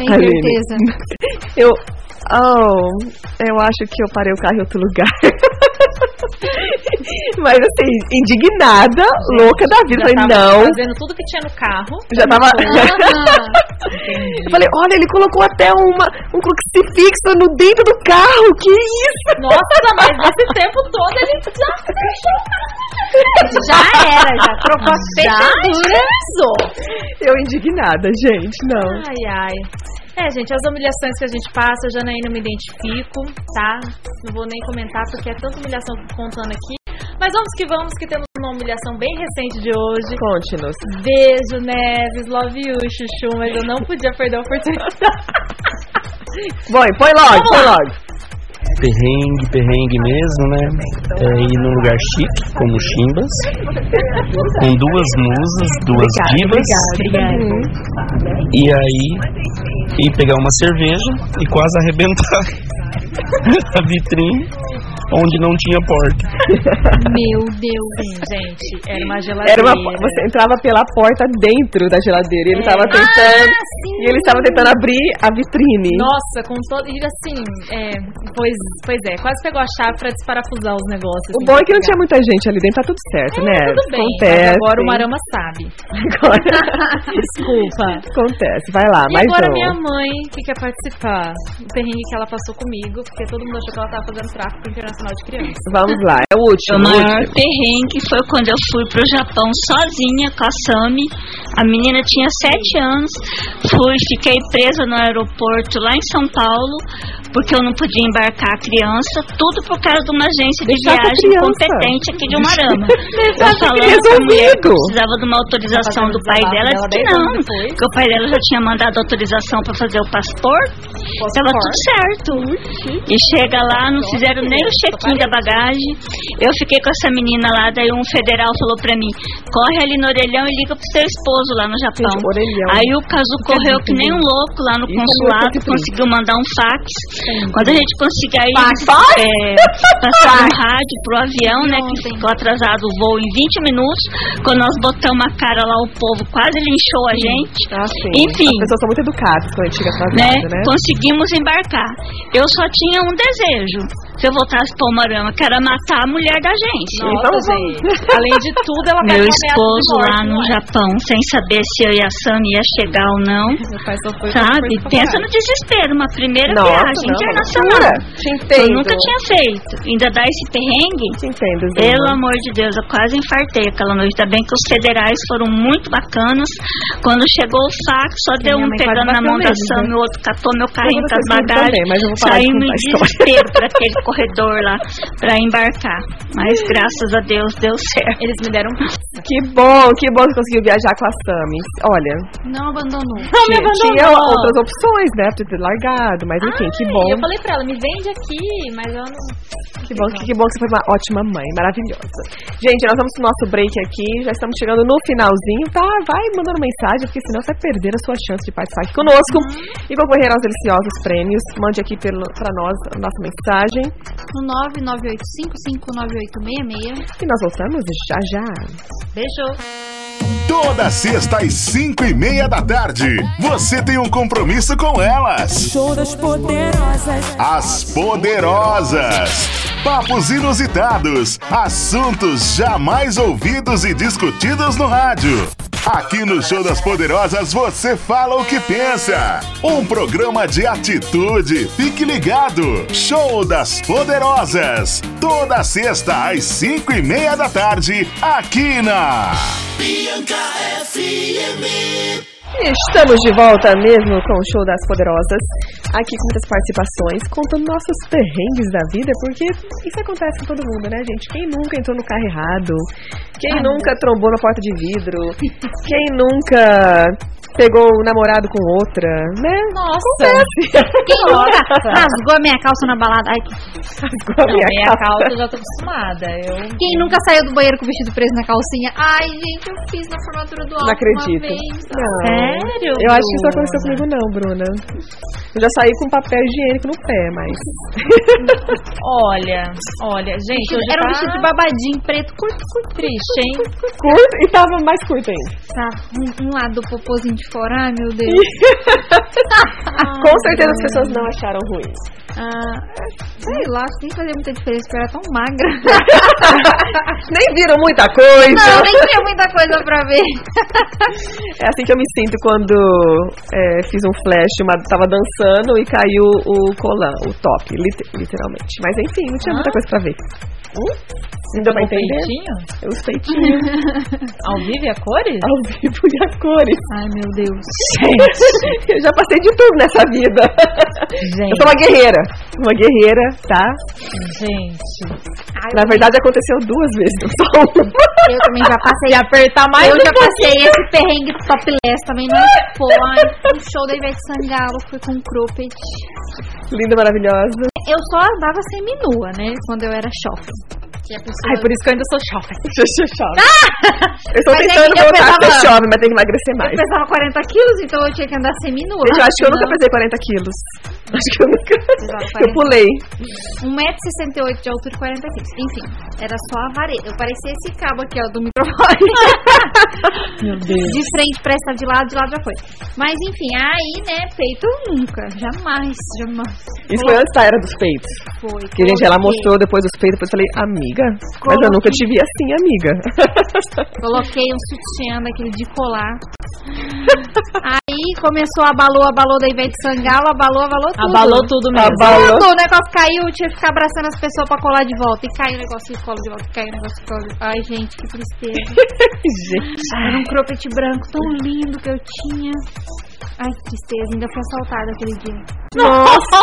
Tem Aline. certeza. eu. Oh, eu acho que eu parei o carro em outro lugar. Mas assim, indignada, louca da vida. Já Falei, tava não. Fazendo tudo que tinha no carro. Já tava. Aham. Eu falei, olha, ele colocou até uma, um crucifixo no dentro do carro. Que isso? Nossa, mas nesse tempo todo ele já fechou o carro. Já era, já trocou a fechadura. Eu indignada, gente, não. Ai, ai. É, gente, as humilhações que a gente passa, eu já nem não me identifico, tá? Não vou nem comentar porque é tanta humilhação contando aqui. Mas vamos que vamos, que temos uma humilhação bem recente de hoje. Conte-nos. Beijo, Neves, love you, Chuchu, mas eu não podia perder a oportunidade. Põe, põe logo, põe logo. perrengue, perrengue mesmo, né? É ir num lugar chique, como Chimbas, com duas musas, duas divas, e aí ir pegar uma cerveja e quase arrebentar a vitrine onde não tinha porta. Meu Deus. gente, era uma Era geladeira. uma, po- você entrava pela porta dentro da geladeira. E ele tava tentando. e ele estava tentando abrir a vitrine. Ah, Nossa, com todo. E assim, é, pois, pois é, quase pegou a chave pra desparafusar os negócios. O assim, bom é que não tinha muita gente ali dentro, tá tudo certo, né? É, Tudo bem, acontece. mas agora o Marama sabe. Agora Desculpa. acontece, vai lá, E Tá mais agora um. minha mãe, que quer participar, o perrengue que ela passou comigo, porque todo mundo achou que ela tava fazendo tráfico internacional de crianças. Vamos lá, é o Meu último. o maior último. perrengue foi quando eu fui pro Japão sozinha com a Sami. A menina tinha sete anos. Fui, fiquei presa no aeroporto lá em São Paulo, porque eu não podia embarcar a criança. Tudo por causa de uma agência de Deixar com a viagem criança. competente aqui de Umarama. Deixar eu com a falando com a mulher que eu resolvido. precisava de uma autorização do pai Tá dela, ela disse que não. Porque o pai dela já tinha mandado autorização pra fazer o passaporte. Tava tudo certo. E chega lá, não fizeram nem o check-in da bagagem. Eu fiquei com essa menina lá, daí um federal falou pra mim: corre ali no orelhão e liga pro seu esposo lá no Japão. Gente, orelhão. Aí o caso correu que nem um louco lá no Isso é consulado, muito triste. conseguiu mandar um fax. Quando a gente conseguiu aí, é, passar um rádio pro avião, né? Que ficou atrasado o voo em 20 minutos. Quando nós botamos a cara lá, o povo quase linchou a gente. né, Ah, sim. Enfim As pessoas são muito educadas quando a gente chega atrasada, né? né? Conseguimos embarcar. Eu só tinha um desejo: se eu voltasse para o Marama, que era matar a mulher da gente. Então, Nossa, gente. Além de tudo, ela Meu pega uma ameaça de esposo morte, lá no não é? Japão, sem saber se eu e a Sam ia chegar ou não. Meu pai só foi Sabe? pra Pensa no desespero, uma primeira Nossa, viagem não, é internacional. loucura. Te Eu entendo. nunca tinha feito. Ainda dá esse perrengue. Te entendo, Zilma. Pelo amor de Deus, eu quase infartei aquela noite. Ainda bem que os federais foram muito bacanas. Quando chegou o saco, só deu minha um mãe quase pegando na bateu mão da mesmo, Sam, né? o outro catou meu carrinho Eu com as vou fazer bagagens. também, mas eu vou parar de Saí no contar a história. desespero para aquele corredor lá, para embarcar. Mas graças a Deus deu certo. Eles me deram um Que bom, que bom que conseguiu viajar com a Sami. Olha, Não abandonou. Não tinha, tinha outras opções, né? Pra ter largado, mas enfim, que bom. Eu falei pra ela, me vende aqui, mas ela não. Que bom, que, que bom que você foi uma ótima mãe, maravilhosa. Gente, nós vamos pro nosso break aqui, já estamos chegando no finalzinho, tá? Vai mandando mensagem, porque senão você vai perder a sua chance de participar aqui conosco e concorrer aos deliciosos prêmios. Mande aqui pelo, pra nós a nossa mensagem No 998559866. e nós voltamos já já. Beijo. Toda sexta às cinco e meia da tarde, você tem um compromisso com elas. Show das poderosas. As Poderosas. Papos inusitados, assuntos jamais ouvidos e discutidos no rádio. Aqui no Show das Poderosas você fala o que pensa. Um programa de atitude. Fique ligado. Show das Poderosas. Toda sexta às cinco e meia da tarde, aqui na. Estamos de volta mesmo com o Show das Poderosas, aqui com muitas participações, contando nossos perrengues da vida, porque isso acontece com todo mundo, né, gente? Quem nunca entrou no carro errado? Quem Ah, nunca trombou na porta de vidro? quem nunca pegou o namorado com outra, né? assim, Nossa! Quem nunca rasgou a minha calça na balada? Ai, Igual é a Não, é minha calça. calça eu já tô acostumada. Eu quem nunca saiu do banheiro com o vestido preso na calcinha? Ai, gente, eu fiz na formatura do álbum Não acredito. uma vez. Não. Sério, Eu acho que isso não aconteceu Bruna? comigo não, Bruna. Eu já saí com papel higiênico no pé, mas... Olha, olha, gente, hoje Era um tá vestido de babadinho preto, curto, curto, triste, hein? Curto e tava mais curto ainda. tá? Um, um lado do popozinho de fora, ai meu Deus. com certeza as pessoas não acharam ruim. Ah, sei lá, acho que nem fazia muita diferença, porque eu era tão magra. Nem viram muita coisa. Não, nem tinha muita coisa pra ver. É assim que eu me sinto quando é, fiz um flash, uma, tava dançando e caiu o colan, o top, lit- literalmente. Mas enfim, não tinha muita coisa pra ver. Ah. Hum? Não deu pra Um entender? peitinho? Os peitinhos Ao vivo e a cores? ao vivo e a cores. Ai meu Deus. eu já passei de tudo nessa vida. Gente. Eu sou uma guerreira. Uma guerreira, tá? Gente. Na verdade aconteceu duas vezes, não só uma. Eu também já passei. E apertar mais eu um já passei esse perrengue topless também, não é? Pô, ai, o show da Ivete Sangalo foi com cropped. Linda, maravilhosa. Eu só andava seminua, né? Quando eu era shopping. Que a pessoa... Ai, por isso que eu ainda sou jovem. Eu estou Mas aí tentando eu voltar a ser pensava- jovem, mas tem que emagrecer Eu mais. pesava 40 quilos, então eu tinha que andar seminua. Gente, eu acho que eu nunca senão- pesei 40 quilos. Acho que eu nunca. Pesava Eu pulei. 1,68m de altura Um e 40 quilos. Enfim, era só a vareta. Eu parecia esse cabo aqui, ó, do microfone. Meu Deus. de frente pra essa de lado, de lado já foi. Mas enfim, aí, né, peito nunca. Jamais, jamais. Isso foi antes da era dos peitos. Foi. Que, gente, ela Coloquei- mostrou depois dos peitos, depois eu falei, amiga? Mas eu nunca te vi assim, amiga. Coloquei um sutiã daquele de colar. Aí começou abalou, abalou da Ivete Sangalo, abalou, abalou tudo. Abalou tudo mesmo. Abalou. Tudo, o negócio caiu, eu tinha que ficar abraçando as pessoas pra colar de volta. E caiu o negócio e cola de volta, caiu o negócio e cola de volta. Ai, gente, que tristeza. gente. Era um cropped branco tão lindo que eu tinha. Ai, que tristeza, ainda fui assaltada aquele dia. Nossa!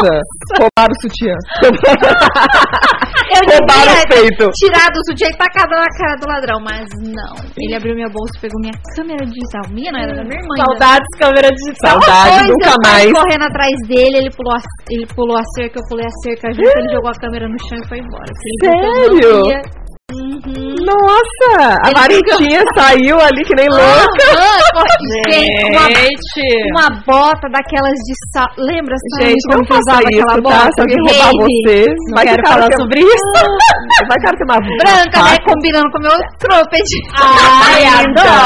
Roubaram o sutiã. Ah, Eu Roubaram o peito. tirado o sutiã e tacado na cara do ladrão, mas não. Ele abriu minha bolsa e pegou minha câmera digital. Minha não, era da minha irmã. ainda. Saudades, câmera digital. Saudade, Depois nunca Tá eu saí mais. correndo atrás dele, ele pulou, a, ele pulou a cerca, eu pulei a cerca junto, ele jogou a câmera no chão e foi embora. Ele viu que eu não Sério? Uhum. ia. Nossa! A Ele varentinha saiu ali que nem louca. Aham, corre- Gente, uma, Gente. uma bota daquelas de sal. Lembra, Ah, Sandra, Gente, não como que faça usava aquela isso, tá? bota? Se alguém de roubar rave? você, vai quero que o cara falar tem- sobre isso. Vai que o cara tem uma Branca, né? faca. Combinando com o meu cropped. Ai, adoro.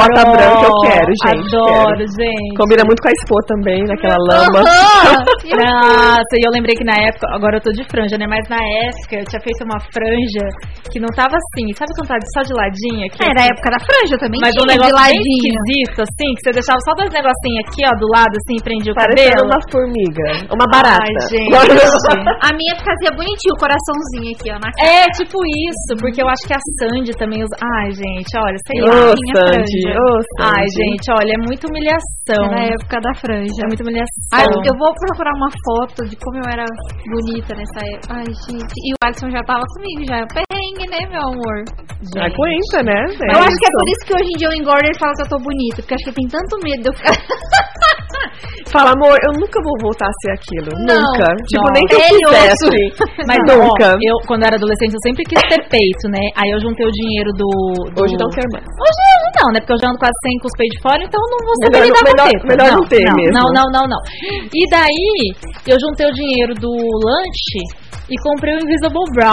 Bota branca eu Quero, gente. Adoro, quero. gente. Combina muito com a Expo também, naquela lama. Nossa, e eu lembrei que na época, agora eu tô de franja, né? Mas na época eu tinha feito uma franja que não tava assim, sabe quando tá só de ladinho aqui? É, da época da franja também Mas tinha, um negócio de bem ladinho. esquisito, assim, que você deixava só dois negocinhos aqui, ó, do lado, assim, e prendia o Parecendo cabelo. uma formiga. Uma barata. Ai, gente. A minha fazia bonitinho, o coraçãozinho aqui, ó, na cara. É, tipo isso, porque eu acho que a Sandy também usa. Ai, gente, olha, sei lá. Ô, minha Sandy, franja. ô, Ai, Sandy. gente, olha, é muita humilhação. Era a época da franja. É muita humilhação. Ai, Então, eu vou procurar uma foto de como eu era bonita nessa época. Ai, gente. E o Alisson já tava comigo, já. é Perrengue, né, meu amor? Aguenta, né? velho? eu acho que é por isso que hoje em dia eu engordo e ele fala que eu tô bonita. Porque acho que ele tem tanto medo de eu ficar... Fala, amor, eu nunca vou voltar a ser aquilo. Não. nunca. Tipo, Não. nem que eu Ele quisesse. Mas ó, nunca. eu, quando era adolescente, eu sempre quis ter peito, né? Aí eu juntei o dinheiro do. do- Hoje não quero mais. Hoje não, né? Porque eu já ando quase sem com os peitos de fora, então não vou saber Melhor- lidar com melhor- teta. melhor não, não ter não, mesmo. Não, não, não, não. E daí, eu juntei o dinheiro do lanche e comprei o Invisible Bra.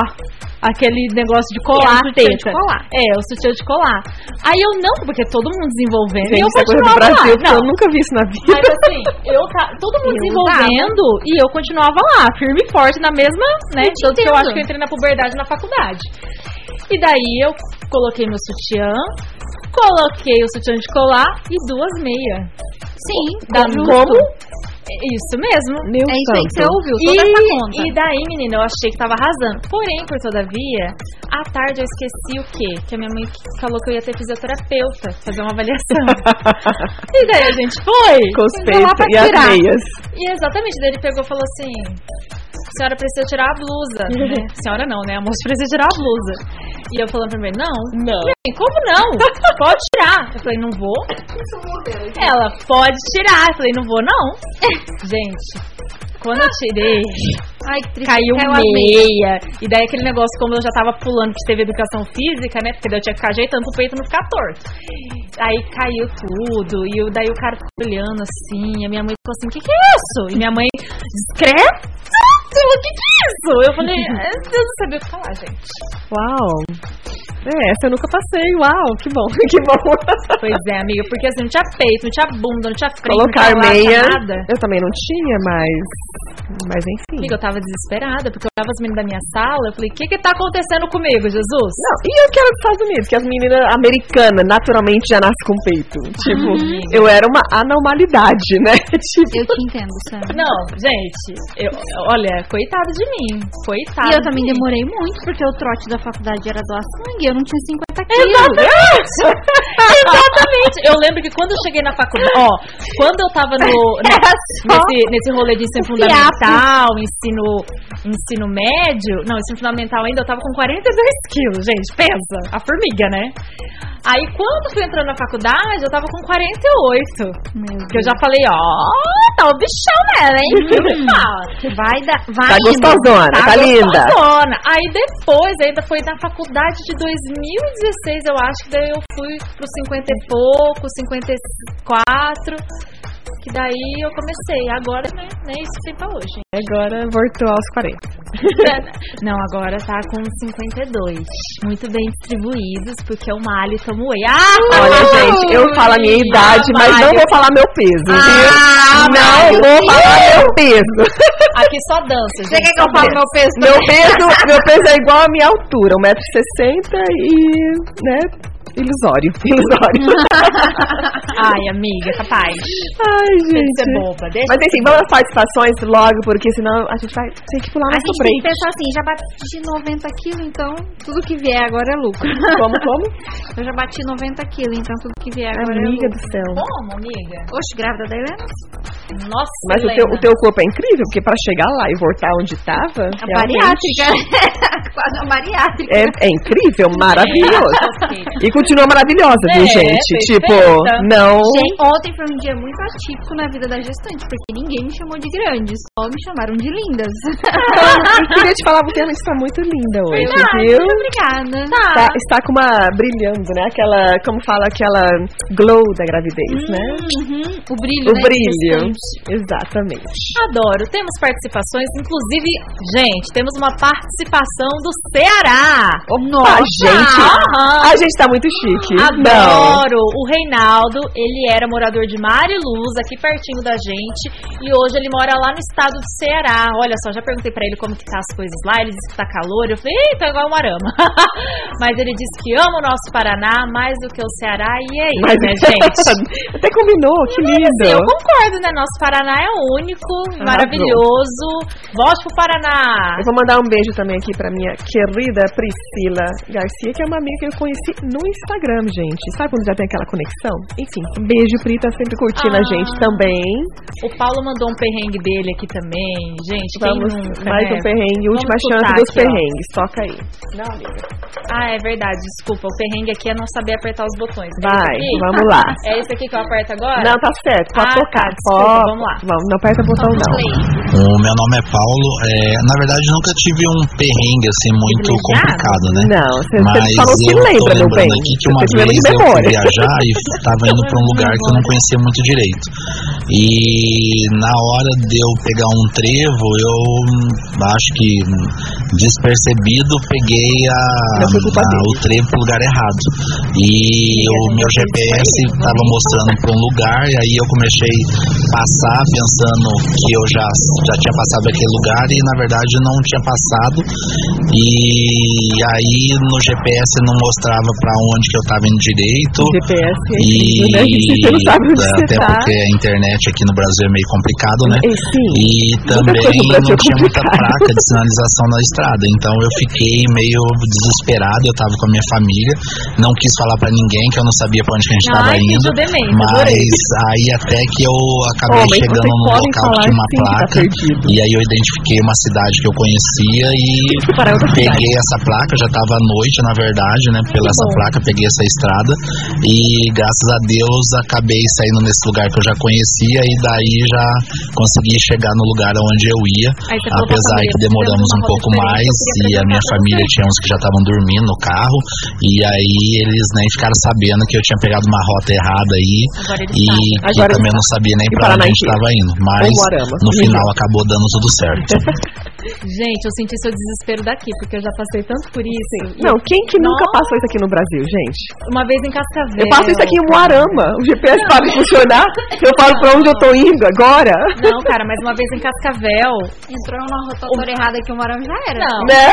Aquele negócio de É, colar o sutiã de teta. colar. É, o sutiã de colar. Aí eu não, porque todo mundo desenvolvendo. Gente, e eu isso é coisa do continuava lá. Brasil, porque Não, eu nunca vi isso na vida. mas assim, eu tá, todo mundo Eu desenvolvendo e eu continuava lá, firme e forte, na mesma, né? Eu te Tanto que eu entendo. acho que eu entrei na puberdade na faculdade. E daí eu coloquei meu sutiã, coloquei o sutiã de colar e duas meias. Sim, Da justo. Como? Isso mesmo. Meu É isso aí que você santo. ouviu, E, toda essa conta. e daí, menina, eu achei que tava arrasando. Porém, por todavia, à tarde eu esqueci o quê? Que a minha mãe falou que eu ia ter fisioterapeuta, fazer uma avaliação. e daí a gente foi. Com os Foi lá peitos pra e as tirar. meias. E exatamente, daí ele pegou e falou assim: a senhora precisa tirar a blusa. né? A senhora não, né? A moça precisa tirar a blusa. E eu falando pra mim: não. Não. Como não? Pode tirar. Eu falei: não vou. É, Ela, pode tirar. Eu falei: não vou, não. Gente, quando eu tirei, Ai, que triste. caiu Caiu a meia. E daí aquele negócio, como eu já tava pulando que teve educação física, né? Porque daí eu tinha que ficar ajeitando pro peito não ficar torto. Aí caiu tudo. E eu, daí o cara ficou olhando assim. E a minha mãe ficou assim, o que que é isso? E minha mãe, discreto? O que que é isso? Eu falei, "Ah, eu não sabia o que falar, gente. Uau. É, essa eu nunca passei. Uau, que bom, que bom. Pois é, amiga. Porque assim, não tinha peito, não tinha bunda, não tinha frente, Colocar não tinha lata, meia. nada. Eu também não tinha, mas. Mas enfim. Amiga, eu tava desesperada, porque eu tava as meninas da minha sala, eu falei, o que que tá acontecendo comigo, Jesus? Não, e eu que era dos Estados Unidos, que as meninas americanas naturalmente já nascem com peito. Tipo, eu era uma anormalidade, né? Tipo, Eu te entendo, Sam. Não, gente, eu, olha, coitado de mim. Coitado. E eu também de mim. demorei muito, porque o trote da faculdade era doar sangue. Eu não tinha 50 quilos. Exatamente! Exatamente! Eu lembro que quando eu cheguei na faculdade, ó, quando eu tava no, na- Era só nesse, nesse rolê de ensino o fiapo. fundamental, ensino, ensino médio, não, ensino fundamental ainda, eu tava com 42 quilos, gente, pensa, a formiga, né? Aí quando fui entrando na faculdade, eu tava com 48. Meu Deus. Que eu já falei, ó, tá o bichão nela, hein? Viu que fala? Vai dar. Vai tá indo. gostosona, tá, linda. gostosona. Aí depois, ainda foi na faculdade de 2016, eu acho que daí eu fui pro 50 e pouco, 54. Que daí eu comecei. Agora, né? né isso tem pra hoje. hein? Agora voltou aos 40. É, né? Não, agora tá com 52. Muito bem distribuídos, porque eu malho e tomo whey. Ah, Olha, gente, eu falo a minha idade, mas não vou falar meu peso, viu? não vou falar meu peso. Aqui só dança. Você quer que eu fale meu peso? Meu peso, meu peso é igual à minha altura, 1,60m e, né, ilusório, ilusório. Ai, amiga, capaz. Ai, gente. Isso é boba. Deixa Mas enfim, vamos às participações logo, porque senão a gente vai ter que pular A nosso gente tem que break. pensar assim, já bati 90 quilos, então tudo que vier agora é lucro. Como, como? Eu já bati 90 quilos, então tudo que vier agora Amiga é do lucro. céu. Como, amiga? Oxe, grávida da Helena? Nossa, Mas o teu, o teu corpo é incrível, porque pra chegar lá e voltar onde tava, A realmente, bariátrica. Quase a bariátrica. é, é incrível, maravilhoso. E continua maravilhosa, viu, É, gente? perfeita. Tipo, não. Gente, ontem foi um dia muito atípico na vida da gestante, porque ninguém me chamou de grande, só me chamaram de lindas. Então, Eu queria te falar, você realmente está tá muito linda hoje, viu? muito obrigada. Ah. Tá- está com uma brilhando, né? Aquela, como fala, aquela glow da Hum, gravidez, né? Uhum, o brilho, O né, de brilho. gestante. Exatamente. Adoro. Temos participações, inclusive, gente, temos uma participação do Ceará. Nossa, gente. Aham. A gente tá muito chique. Não. Ah. Adoro! O Reinaldo, ele era morador de Mariluz, aqui pertinho da gente, e hoje ele mora lá no estado do Ceará. Olha só, já perguntei pra ele como que tá as coisas lá, ele disse que tá calor, eu falei, eita, igual uma arama. Mas ele disse que ama o nosso Paraná mais do que o Ceará, e é isso, Mas, Tá né, gente? Até combinou, que lindo. Assim, eu concordo, né? Nosso Paraná é único, maravilhoso. Volte pro Paraná! Eu vou mandar um beijo também aqui pra minha querida Priscila Garcia, que é uma amiga que eu conheci no Instagram, gente. Sabe quando já tem aquela conexão? Enfim, um beijo, Pri, tá sempre curtindo a Ah. gente também. O Paulo mandou um perrengue dele aqui também. Gente, quem Vamos, nunca, mais né? um perrengue, Vamos última escutar chance dos aqui, ó. perrengues. Toca aí. Não, amiga. Ah, é verdade, desculpa. O perrengue aqui é não saber apertar os botões. É Vai, esse aqui? vamos lá. É esse aqui que eu aperto agora? Não, tá certo, pode Ah, tocar. tá, desculpa, Ó, vamos lá. Vamos, não aperta o botão, não. O meu nome é Paulo. é, na verdade, nunca tive um perrengue assim muito Privilegiado? complicado, né? Não, você, você Mas falou que eu tô lembra, meu bem. lembrando aqui que uma Você vez lembra de eu fui memória. viajar e estava indo para um lugar que eu não conhecia muito direito. E na hora de eu pegar um trevo, eu hum, acho que hum, despercebido peguei a, Não foi culpa a- dele. Tá o trevo pro lugar errado. E o meu GPS estava mostrando para um lugar e aí eu comecei a passar pensando que eu já já tinha passado aquele lugar e na verdade não tinha passado. E aí no GPS não mostrava para onde que eu estava indo direito. GPS, E é, né? Você não sabe onde você até tá. porque a internet aqui no Brasil é meio complicado, né? E sim, E também coisa no Brasil não é tinha muita complicada. placa de sinalização na estrada, então eu fiquei meio desesperado, eu tava com a minha família, não quis falar pra ninguém que eu não sabia pra onde que a gente Ai, tava que indo. judemento, adorei. Mas aí até que eu acabei Ó, mas chegando vocês num podem local que falar tinha uma sim que tá placa perdido. e aí eu identifiquei uma cidade que eu conhecia e Tem que parar em outra cidade. peguei essa placa, já tava à noite na verdade, né? Pela essa bom. placa, peguei essa estrada e graças a Deus acabei saindo nesse lugar que eu já conhecia e daí já consegui chegar no lugar onde eu ia. Aí você falou pra Apesar família, que demoramos fizemos um uma pouco rota mais diferente, eu e queria a minha apresentar família pra tinha uns que já estavam dormindo no carro e aí eles nem ficaram sabendo que eu tinha pegado uma rota errada aí Tá. Agora eles e sabem. que Agora também eles não sabia nem E pra onde Paraná a gente inteiro. estava indo. Mas Moarama. no final acabou dando tudo certo. Gente, eu senti seu desespero daqui, porque eu já passei tanto por isso. E Não, quem que nunca Nossa. passou isso aqui no Brasil, gente? Uma vez em Cascavel. Eu passo isso aqui um em Moarama. O GPS para de funcionar. Eu falo pra onde eu tô indo agora. Não, cara, mas uma vez em Cascavel. Entrou na rotatória errada aqui, o Marão já era. Não. Né?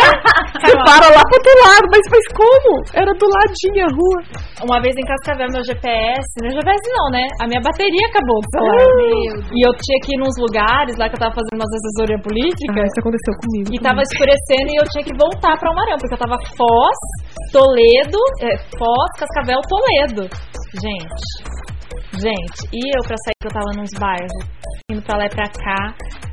Você para lá pro outro lado. Mas, mas como? Era do ladinho a rua. Uma vez em Cascavel, meu GPS. Meu GPS não, né? A minha bateria acabou do celular. E eu tinha que ir nos lugares lá que eu tava fazendo umas assessoria política. Ah, isso aconteceu comigo. E tá- tava escurecendo e eu tinha que voltar pra Almarão, porque eu tava Foz, Toledo, é, Foz, Cascavel, Toledo. Gente, gente, e eu pra sair que eu tava nos bairros, indo pra lá e pra cá,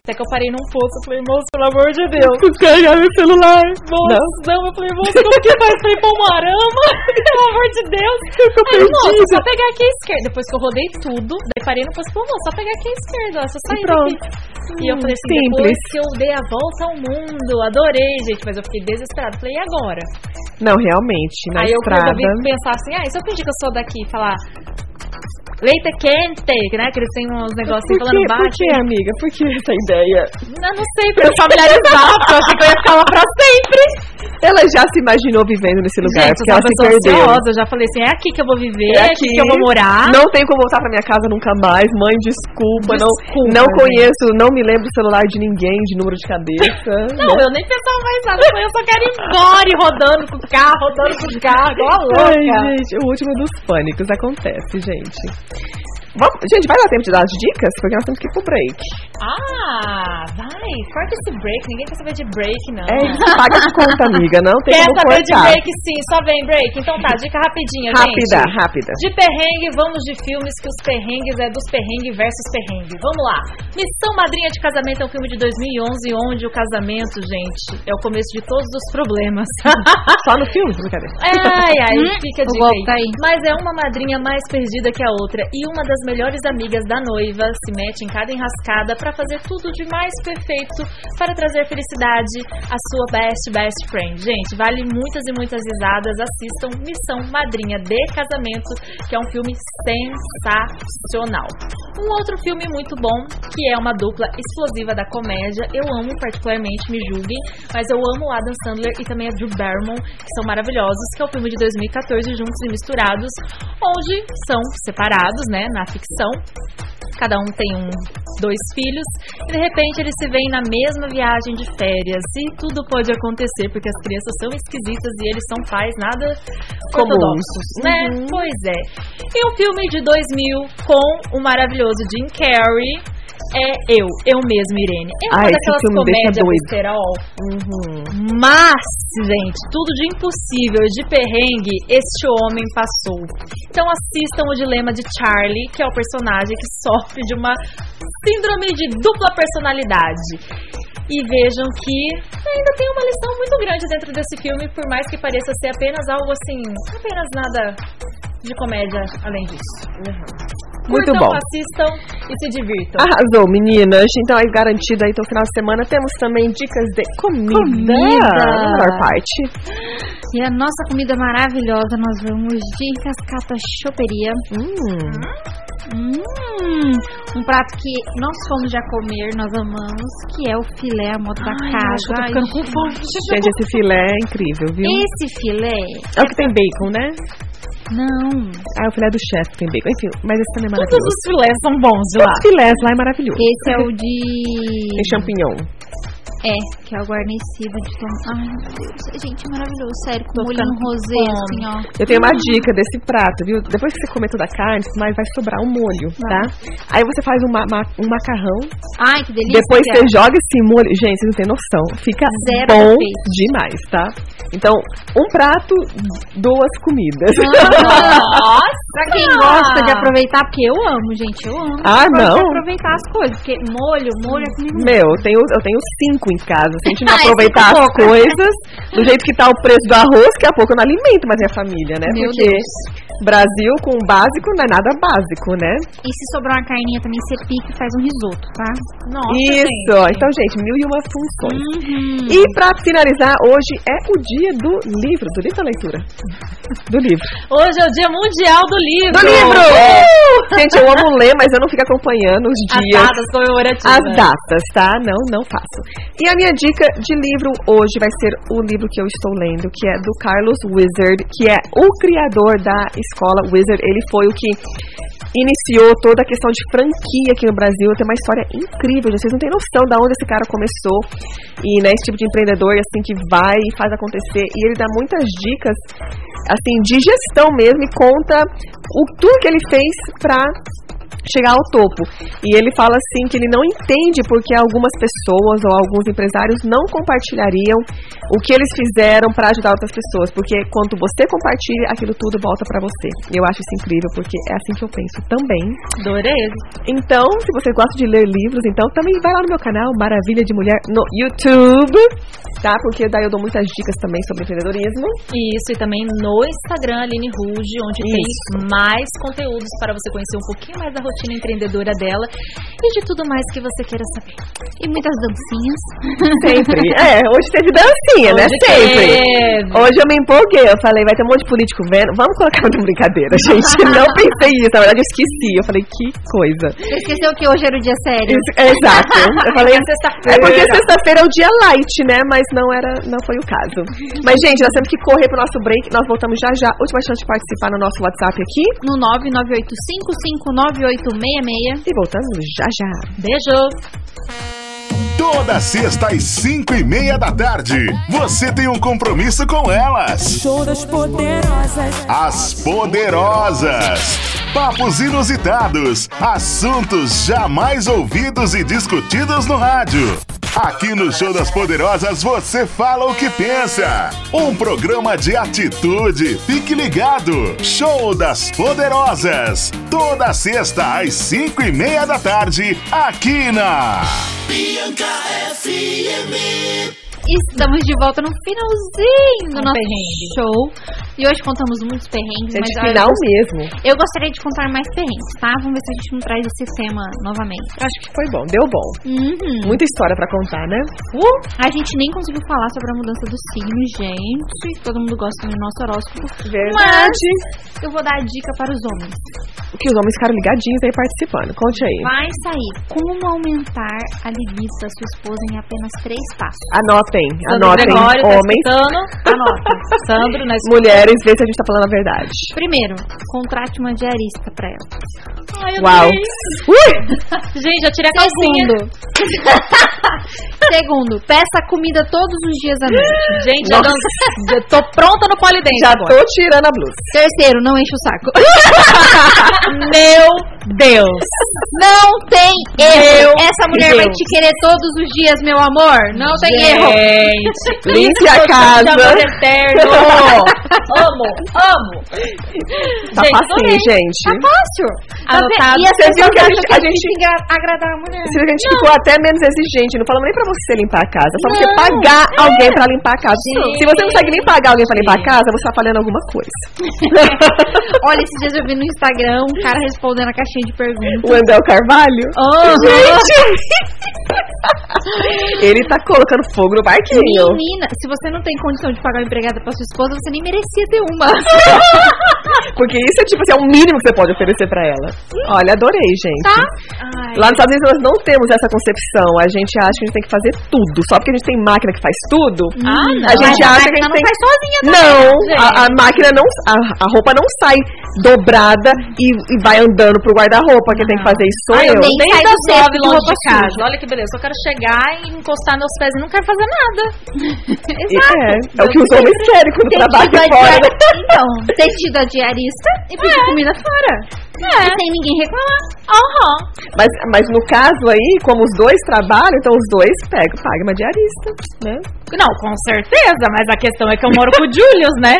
até que eu parei num posto, eu falei, moço, pelo amor de Deus, Descarregar meu celular. moço, Não. não, eu falei, moço, como que faz pra ir pra Almarama? pelo amor de Deus. Eu tô Aí, moço, perdida. só pegar aqui à esquerda. Depois que eu rodei tudo, daí parei no posto, pô, moço, só pegar aqui à esquerda, ó, só sair daqui. pronto. E eu falei assim, Simples. depois que eu dei a volta ao mundo, adorei, gente, mas eu fiquei desesperada. Falei, e agora? Não, realmente. Na Aí eu estrada. resolvi pensar assim, ah, e se eu fingir que eu sou daqui e falar leite quente, né? Que eles têm uns Por negocinhos que, falando por baixo. que, amiga? Por que essa ideia? Eu não sei, Eu porque familiarizava, eu achei que eu ia ficar lá pra sempre. Ela já se imaginou vivendo nesse lugar, gente, porque eu ela sou uma se pessoa perdeu. ansiosa, eu já falei assim, é aqui que eu vou viver, É é aqui, que eu vou morar. Não tenho como voltar pra minha casa nunca mais. Mãe, desculpa. não, Desculpa, não gente. conheço, não me lembro o celular de ninguém, de número de cabeça. Né? Não, eu nem pensava mais nada, eu falei, eu só quero ir embora e rodando com o carro, rodando com o carro, igual a Ai, louca. gente, o último dos pânicos acontece, gente. Vamos- gente, vai dar tempo de dar as dicas? Porque nós temos que ir pro break. Ah, vai, corta esse break, ninguém quer saber de break, não. É isso, paga de conta, amiga. Não tem Quer como saber de cortar. break sim, só vem break. Então tá, dica rapidinha, Rápida, gente. rápida. De perrengue, vamos de filmes que os perrengues é dos perrengue versus perrengue. Vamos lá. Missão Madrinha de Casamento é um filme de 2011 onde o casamento, gente, é o começo de todos os problemas. Só no filme? Brincadeira. Ai, ai, Hum, fica de o golpe tá aí. Mas é uma madrinha mais perdida que a outra e uma das melhores amigas da noiva se mete em cada enrascada pra fazer tudo de mais perfeito para trazer felicidade à sua best best friend. Gente, vale muitas e muitas risadas. Assistam Missão Madrinha de Casamento, que é um filme sensacional. Um outro filme muito bom, que é uma dupla explosiva da comédia, eu amo particularmente, me julguem, mas eu amo Adam Sandler e também a Drew Barrymore, que são maravilhosos, que é o filme de 2014, Juntos e Misturados, onde são separados, né, na ficção, cada um tem um, dois filhos, e de repente eles se veem na mesma viagem de férias, e tudo pode acontecer, porque as crianças são esquisitas e eles são pais nada ortodoxos, né? Uhum. Pois é. E um filme de 2000 com o maravilhoso Jim Carrey é Eu, Eu Mesmo, Irene. É uma Ah, esse daquelas filme deixa comédias doido. besterol. Uhum. Mas, gente, tudo de impossível e de perrengue este homem passou. Então assistam o Dilema de Charlie, que é o personagem que sofre de uma síndrome de dupla personalidade. E vejam que ainda tem uma lição muito grande dentro desse filme, por mais que pareça ser apenas algo assim, apenas nada de comédia além disso. Uhum. Muito Curtam, bom. Ah, assistam e se divirtam. Arrasou, meninas. Então é garantido aí, então, final de semana. Temos também dicas de comida. Comida. A melhor parte. E a nossa comida maravilhosa, nós vamos de cascata choperia. Hum. Hum, um prato que nós fomos já comer, nós amamos, que é o filé à moda da Ai, casa. eu tô ficando com fome. Gente, esse filé é incrível, viu? Esse filé, É o que tem bacon, né? não, Ah, o filé do chefe que tem bacon. Enfim, mas esse também é Todos os maravilhoso. filés são bons de lá. Os filés lá é maravilhoso. esse é o de... Tem champignon. É, que é o guarnecido de tomate. Ai, meu Deus. Gente, maravilhoso. Sério, com Tô molhinho ficando com rosé, fome. assim, ó. Eu tenho Hum. uma dica desse prato, viu? Depois que você comer toda a carne, mas vai sobrar um molho, tá? Aí você faz um, ma- ma- um macarrão, Ai, que delícia. depois você joga esse molho. Gente, vocês não têm noção. Fica Zero bom defeito. demais, tá? Então, um prato, duas comidas. Ah, Nossa! pra quem gosta de aproveitar, porque eu amo, gente, eu amo. Ah, Eu gosto de não. aproveitar as coisas, porque molho, molho é comigo. Meu, eu tenho, eu tenho cinco em casa. Se a gente não Ai, aproveitar Ah, é cinco as coisas, do jeito que tá o preço do arroz, daqui a pouco eu não alimento mais minha família, né? Meu Porque Deus. Brasil com o básico não é nada básico, né? E se sobrar uma carninha também, você pica e faz um risoto, tá? Nossa, Isso. Então, gente, mil e uma funções. Uhum. E pra finalizar, hoje é o dia do livro, do livro da leitura. Do livro. Hoje é o dia mundial do livro. Uh! Gente, eu amo ler, mas eu não fico acompanhando os As dias. datas comemorativas. As datas, tá? Não, não faço. E a minha dica de livro hoje vai ser o livro que eu estou lendo, que é do Carlos Wizard, que é o criador da escola Wizard. Ele foi o que iniciou toda a questão de franquia aqui no Brasil. Tem uma história incrível, gente. vocês não têm noção de onde esse cara começou. E, né, esse tipo de empreendedor, assim, que vai e faz acontecer. E ele dá muitas dicas, assim, de gestão mesmo e conta o tudo que ele fez pra chegar ao topo. E ele fala assim que ele não entende porque algumas pessoas ou alguns empresários não compartilhariam o que eles fizeram para ajudar outras pessoas, porque quando você compartilha, aquilo tudo volta para você. Eu acho isso incrível porque é assim que eu penso também. Adorei. Então, se você gosta de ler livros, então também vai lá no meu canal Maravilha de Mulher no YouTube, tá? Porque daí eu dou muitas dicas também sobre empreendedorismo. Isso, e também no Instagram, Aline Ruge, onde Isso. tem mais conteúdos para você conhecer um pouquinho mais da rotina empreendedora dela e de tudo mais que você queira saber. E muitas dancinhas. Sempre. É, hoje teve dancinha, né? Hoje Sempre. teve. Hoje eu me empolguei. Eu falei, vai ter um monte de político vendo. Vamos colocar uma brincadeira, gente. Não pensei nisso. Na verdade, eu esqueci. Eu falei, que coisa. Você esqueceu que hoje era o dia sério. Isso- é, exato. Eu falei, É sexta-feira. é porque sexta-feira é o dia light, né? Mas não era, não foi o caso. Mas, gente, nós temos que correr pro nosso break. Nós voltamos já já. Última chance de participar no nosso WhatsApp aqui. No 998559866. E voltamos já já. Beijo! Toda sexta às cinco e meia da tarde, você tem um compromisso com elas. Show das poderosas. As Poderosas. Papos inusitados, assuntos jamais ouvidos e discutidos no rádio. Aqui no Show das Poderosas você fala o que pensa. Um programa de atitude. Fique ligado. Show das Poderosas. Toda sexta às cinco e meia da tarde, aqui na. Estamos de volta no finalzinho do No nosso perrengue. show. E hoje contamos muitos perrengues. É mas de olha, final eu gost- mesmo. Eu gostaria de contar mais perrengues, tá? Vamos ver se a gente não traz esse tema novamente. Acho que foi bom, deu bom. Uhum. Hum. Muita história pra contar, né? Uh, a gente nem conseguiu falar sobre a mudança do signo, gente. Todo mundo gosta do nosso horóscopo. Verdade. Mas eu vou dar a dica para os homens. Que os homens ficaram ligadinhos aí participando. Conte aí. Vai sair como aumentar a libido da sua esposa em apenas três passos. Anotem, Sandro anotem, Gregório tá homens, escutando. Anota. Sandro, nós mulheres, vê se a gente tá falando a verdade. Primeiro, contrate uma diarista pra ela. Ai, eu Uau! também. Ui! Gente, já Tá tirei a calcinha. Segundo, segundo, peça comida todos os dias à noite. Gente, já dan- eu tô pronta no polidense Já agora. tô tirando a blusa. Terceiro, não enche o saco. Meu Deus. Não tem erro. Essa mulher vai Deus. te querer todos os dias, meu amor. Não tem erro. Gente. Limpe a De casa. amor eterno. amo, amo. Tá Gente, facinho, adorei. gente. Tá fácil. Tá Anotado. vendo? E as Você viu pessoas que a gente- acham que a a gente gente- tem que a- agradar a mulher. Você viu que a gente ficou até menos exigente. Não falamos nem pra você limpar a casa. Só você Não. é. pagar alguém pra limpar a casa. Gente. Se você não consegue nem pagar alguém pra limpar a casa, você tá falhando alguma coisa. Olha, esses dias eu vi no Instagram um cara respondendo a caixinha de perguntas. O Andel Carvalho. Gente! Ele tá colocando fogo no barquinho. Menina, se você não tem condição de pagar uma empregada pra sua esposa, você nem merecia ter uma. Porque isso é tipo assim, é o mínimo que você pode oferecer pra ela. Olha, adorei, gente. Tá? Lá nos Estados Unidos nós não temos essa concepção. A gente acha que a gente tem que fazer tudo. Só porque a gente tem máquina que faz tudo, Ah, não. Hum, a gente Mas a acha que a máquina gente não tem. faz sozinha também, né, não, gente. a, a máquina não. A, a roupa não sai dobrada e, e vai andando pro guarda-roupa. Quem tem que fazer isso sou Ai, eu. eu Ah. nem nem saio das do nove teto com longe é. roupa de casa. suja. Olha que beleza. Eu quero chegar e encostar meus pés e não quero fazer nada. E É, é o Eu que os homens querem quando Tem trabalham tido a fora. né? diar- Então, ter tido a diarista e pedir comida fora. É. Sem ninguém reclamar. Aham. Mas, mas no caso aí, como os dois trabalham, então os dois pegam, pagam uma diarista, né? Não, com certeza, mas a questão é que eu moro com o Julius, né?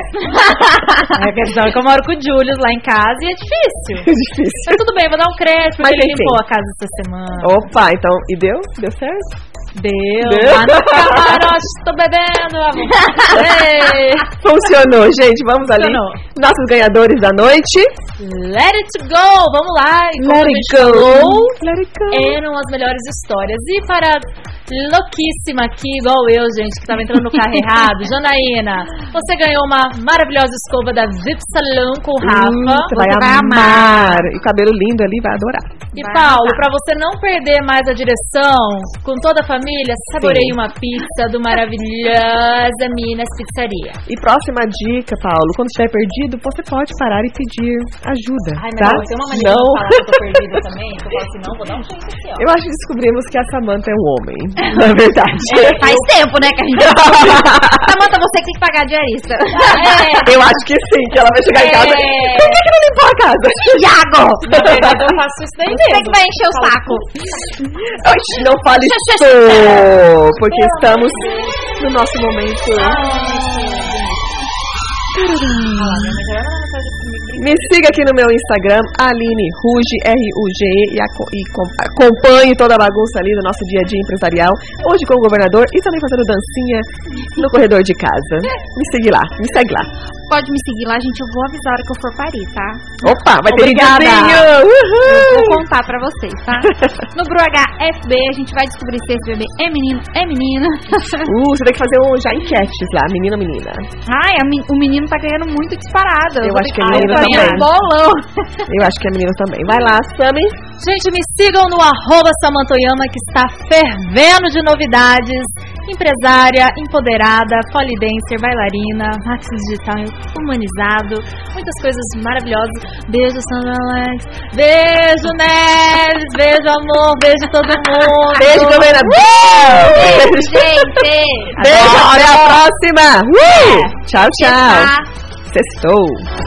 a questão é que eu moro com o Julius lá em casa e é difícil. É difícil. Mas tudo bem, vou dar um crédito, Mas porque ele enfim. limpou a casa essa semana. Opa, então, e deu? Deu certo? Deu, Deu. lá no camarote, estou bebendo. amor. Ei. Funcionou, gente. Vamos ali. Funcionou. Nossos ganhadores da noite. Let it go, vamos lá. E como É, a gente falou, Let it go. eram as melhores histórias. E para a louquíssima aqui, igual eu, gente, que tava entrando no carro errado, Janaína, você ganhou uma maravilhosa escova da VIP Salão com o Rafa. Hum, você vai, amar. E o cabelo lindo ali vai adorar. E Paulo, para você não perder mais a direção, com toda a família, saborei uma pizza do maravilhosa Minas Pizzaria. E próxima dica, Paulo. Quando estiver perdido, você pode parar e pedir ajuda. Ai, tá? mas tem uma maneira não. de falar que eu tô perdida também, que eu falo assim, não, vou dar um jeito aqui, ó. Eu acho que descobrimos que a Samanta é um homem. Na verdade. É, Faz tempo, né, que a gente... tá Samanta, você que tem que pagar a diarista. Ah, Eu acho que sim, que ela vai chegar em casa. É. Por que, que não limpou a casa? Iago! Na verdade, eu faço isso daí Você mesmo. que vai encher o saco. Oxi, Não fale isso, porque estamos no nosso momento. Me siga aqui no meu Instagram, Aline Ruge, R-U-G-E, e, aco- e com- acompanhe toda a bagunça ali do nosso dia a dia empresarial, hoje com o governador e também fazendo dancinha no corredor de casa. Me segue lá, me segue lá. Pode me seguir lá, gente. Eu vou avisar a hora que eu for parir, tá? Opa, vai ter Obrigada. videozinho! Uhul! Vou contar pra vocês, tá? No BruHFB, a gente vai descobrir se esse bebê é menino, é menina. Uh, você tem que fazer um já enquetes lá, menino ou menina. Ai, a men- o menino tá ganhando muito disparado. Eu vou acho ter que é menino fazer também. um bolão. Eu acho que é menino também. Vai lá, Sammy. Gente, me sigam no arroba Samantoyama que está fervendo de novidades. Empresária, empoderada, polidancer, bailarina, marketing digital humanizado, muitas coisas maravilhosas. Beijo, Sandra Alex. Beijo, Neves. Beijo, amor. Beijo, todo mundo. Beijo, governador! Beijo, gente. Beijo, até a próxima! Uh! É. Tchau, tchau! Tá? Sextou!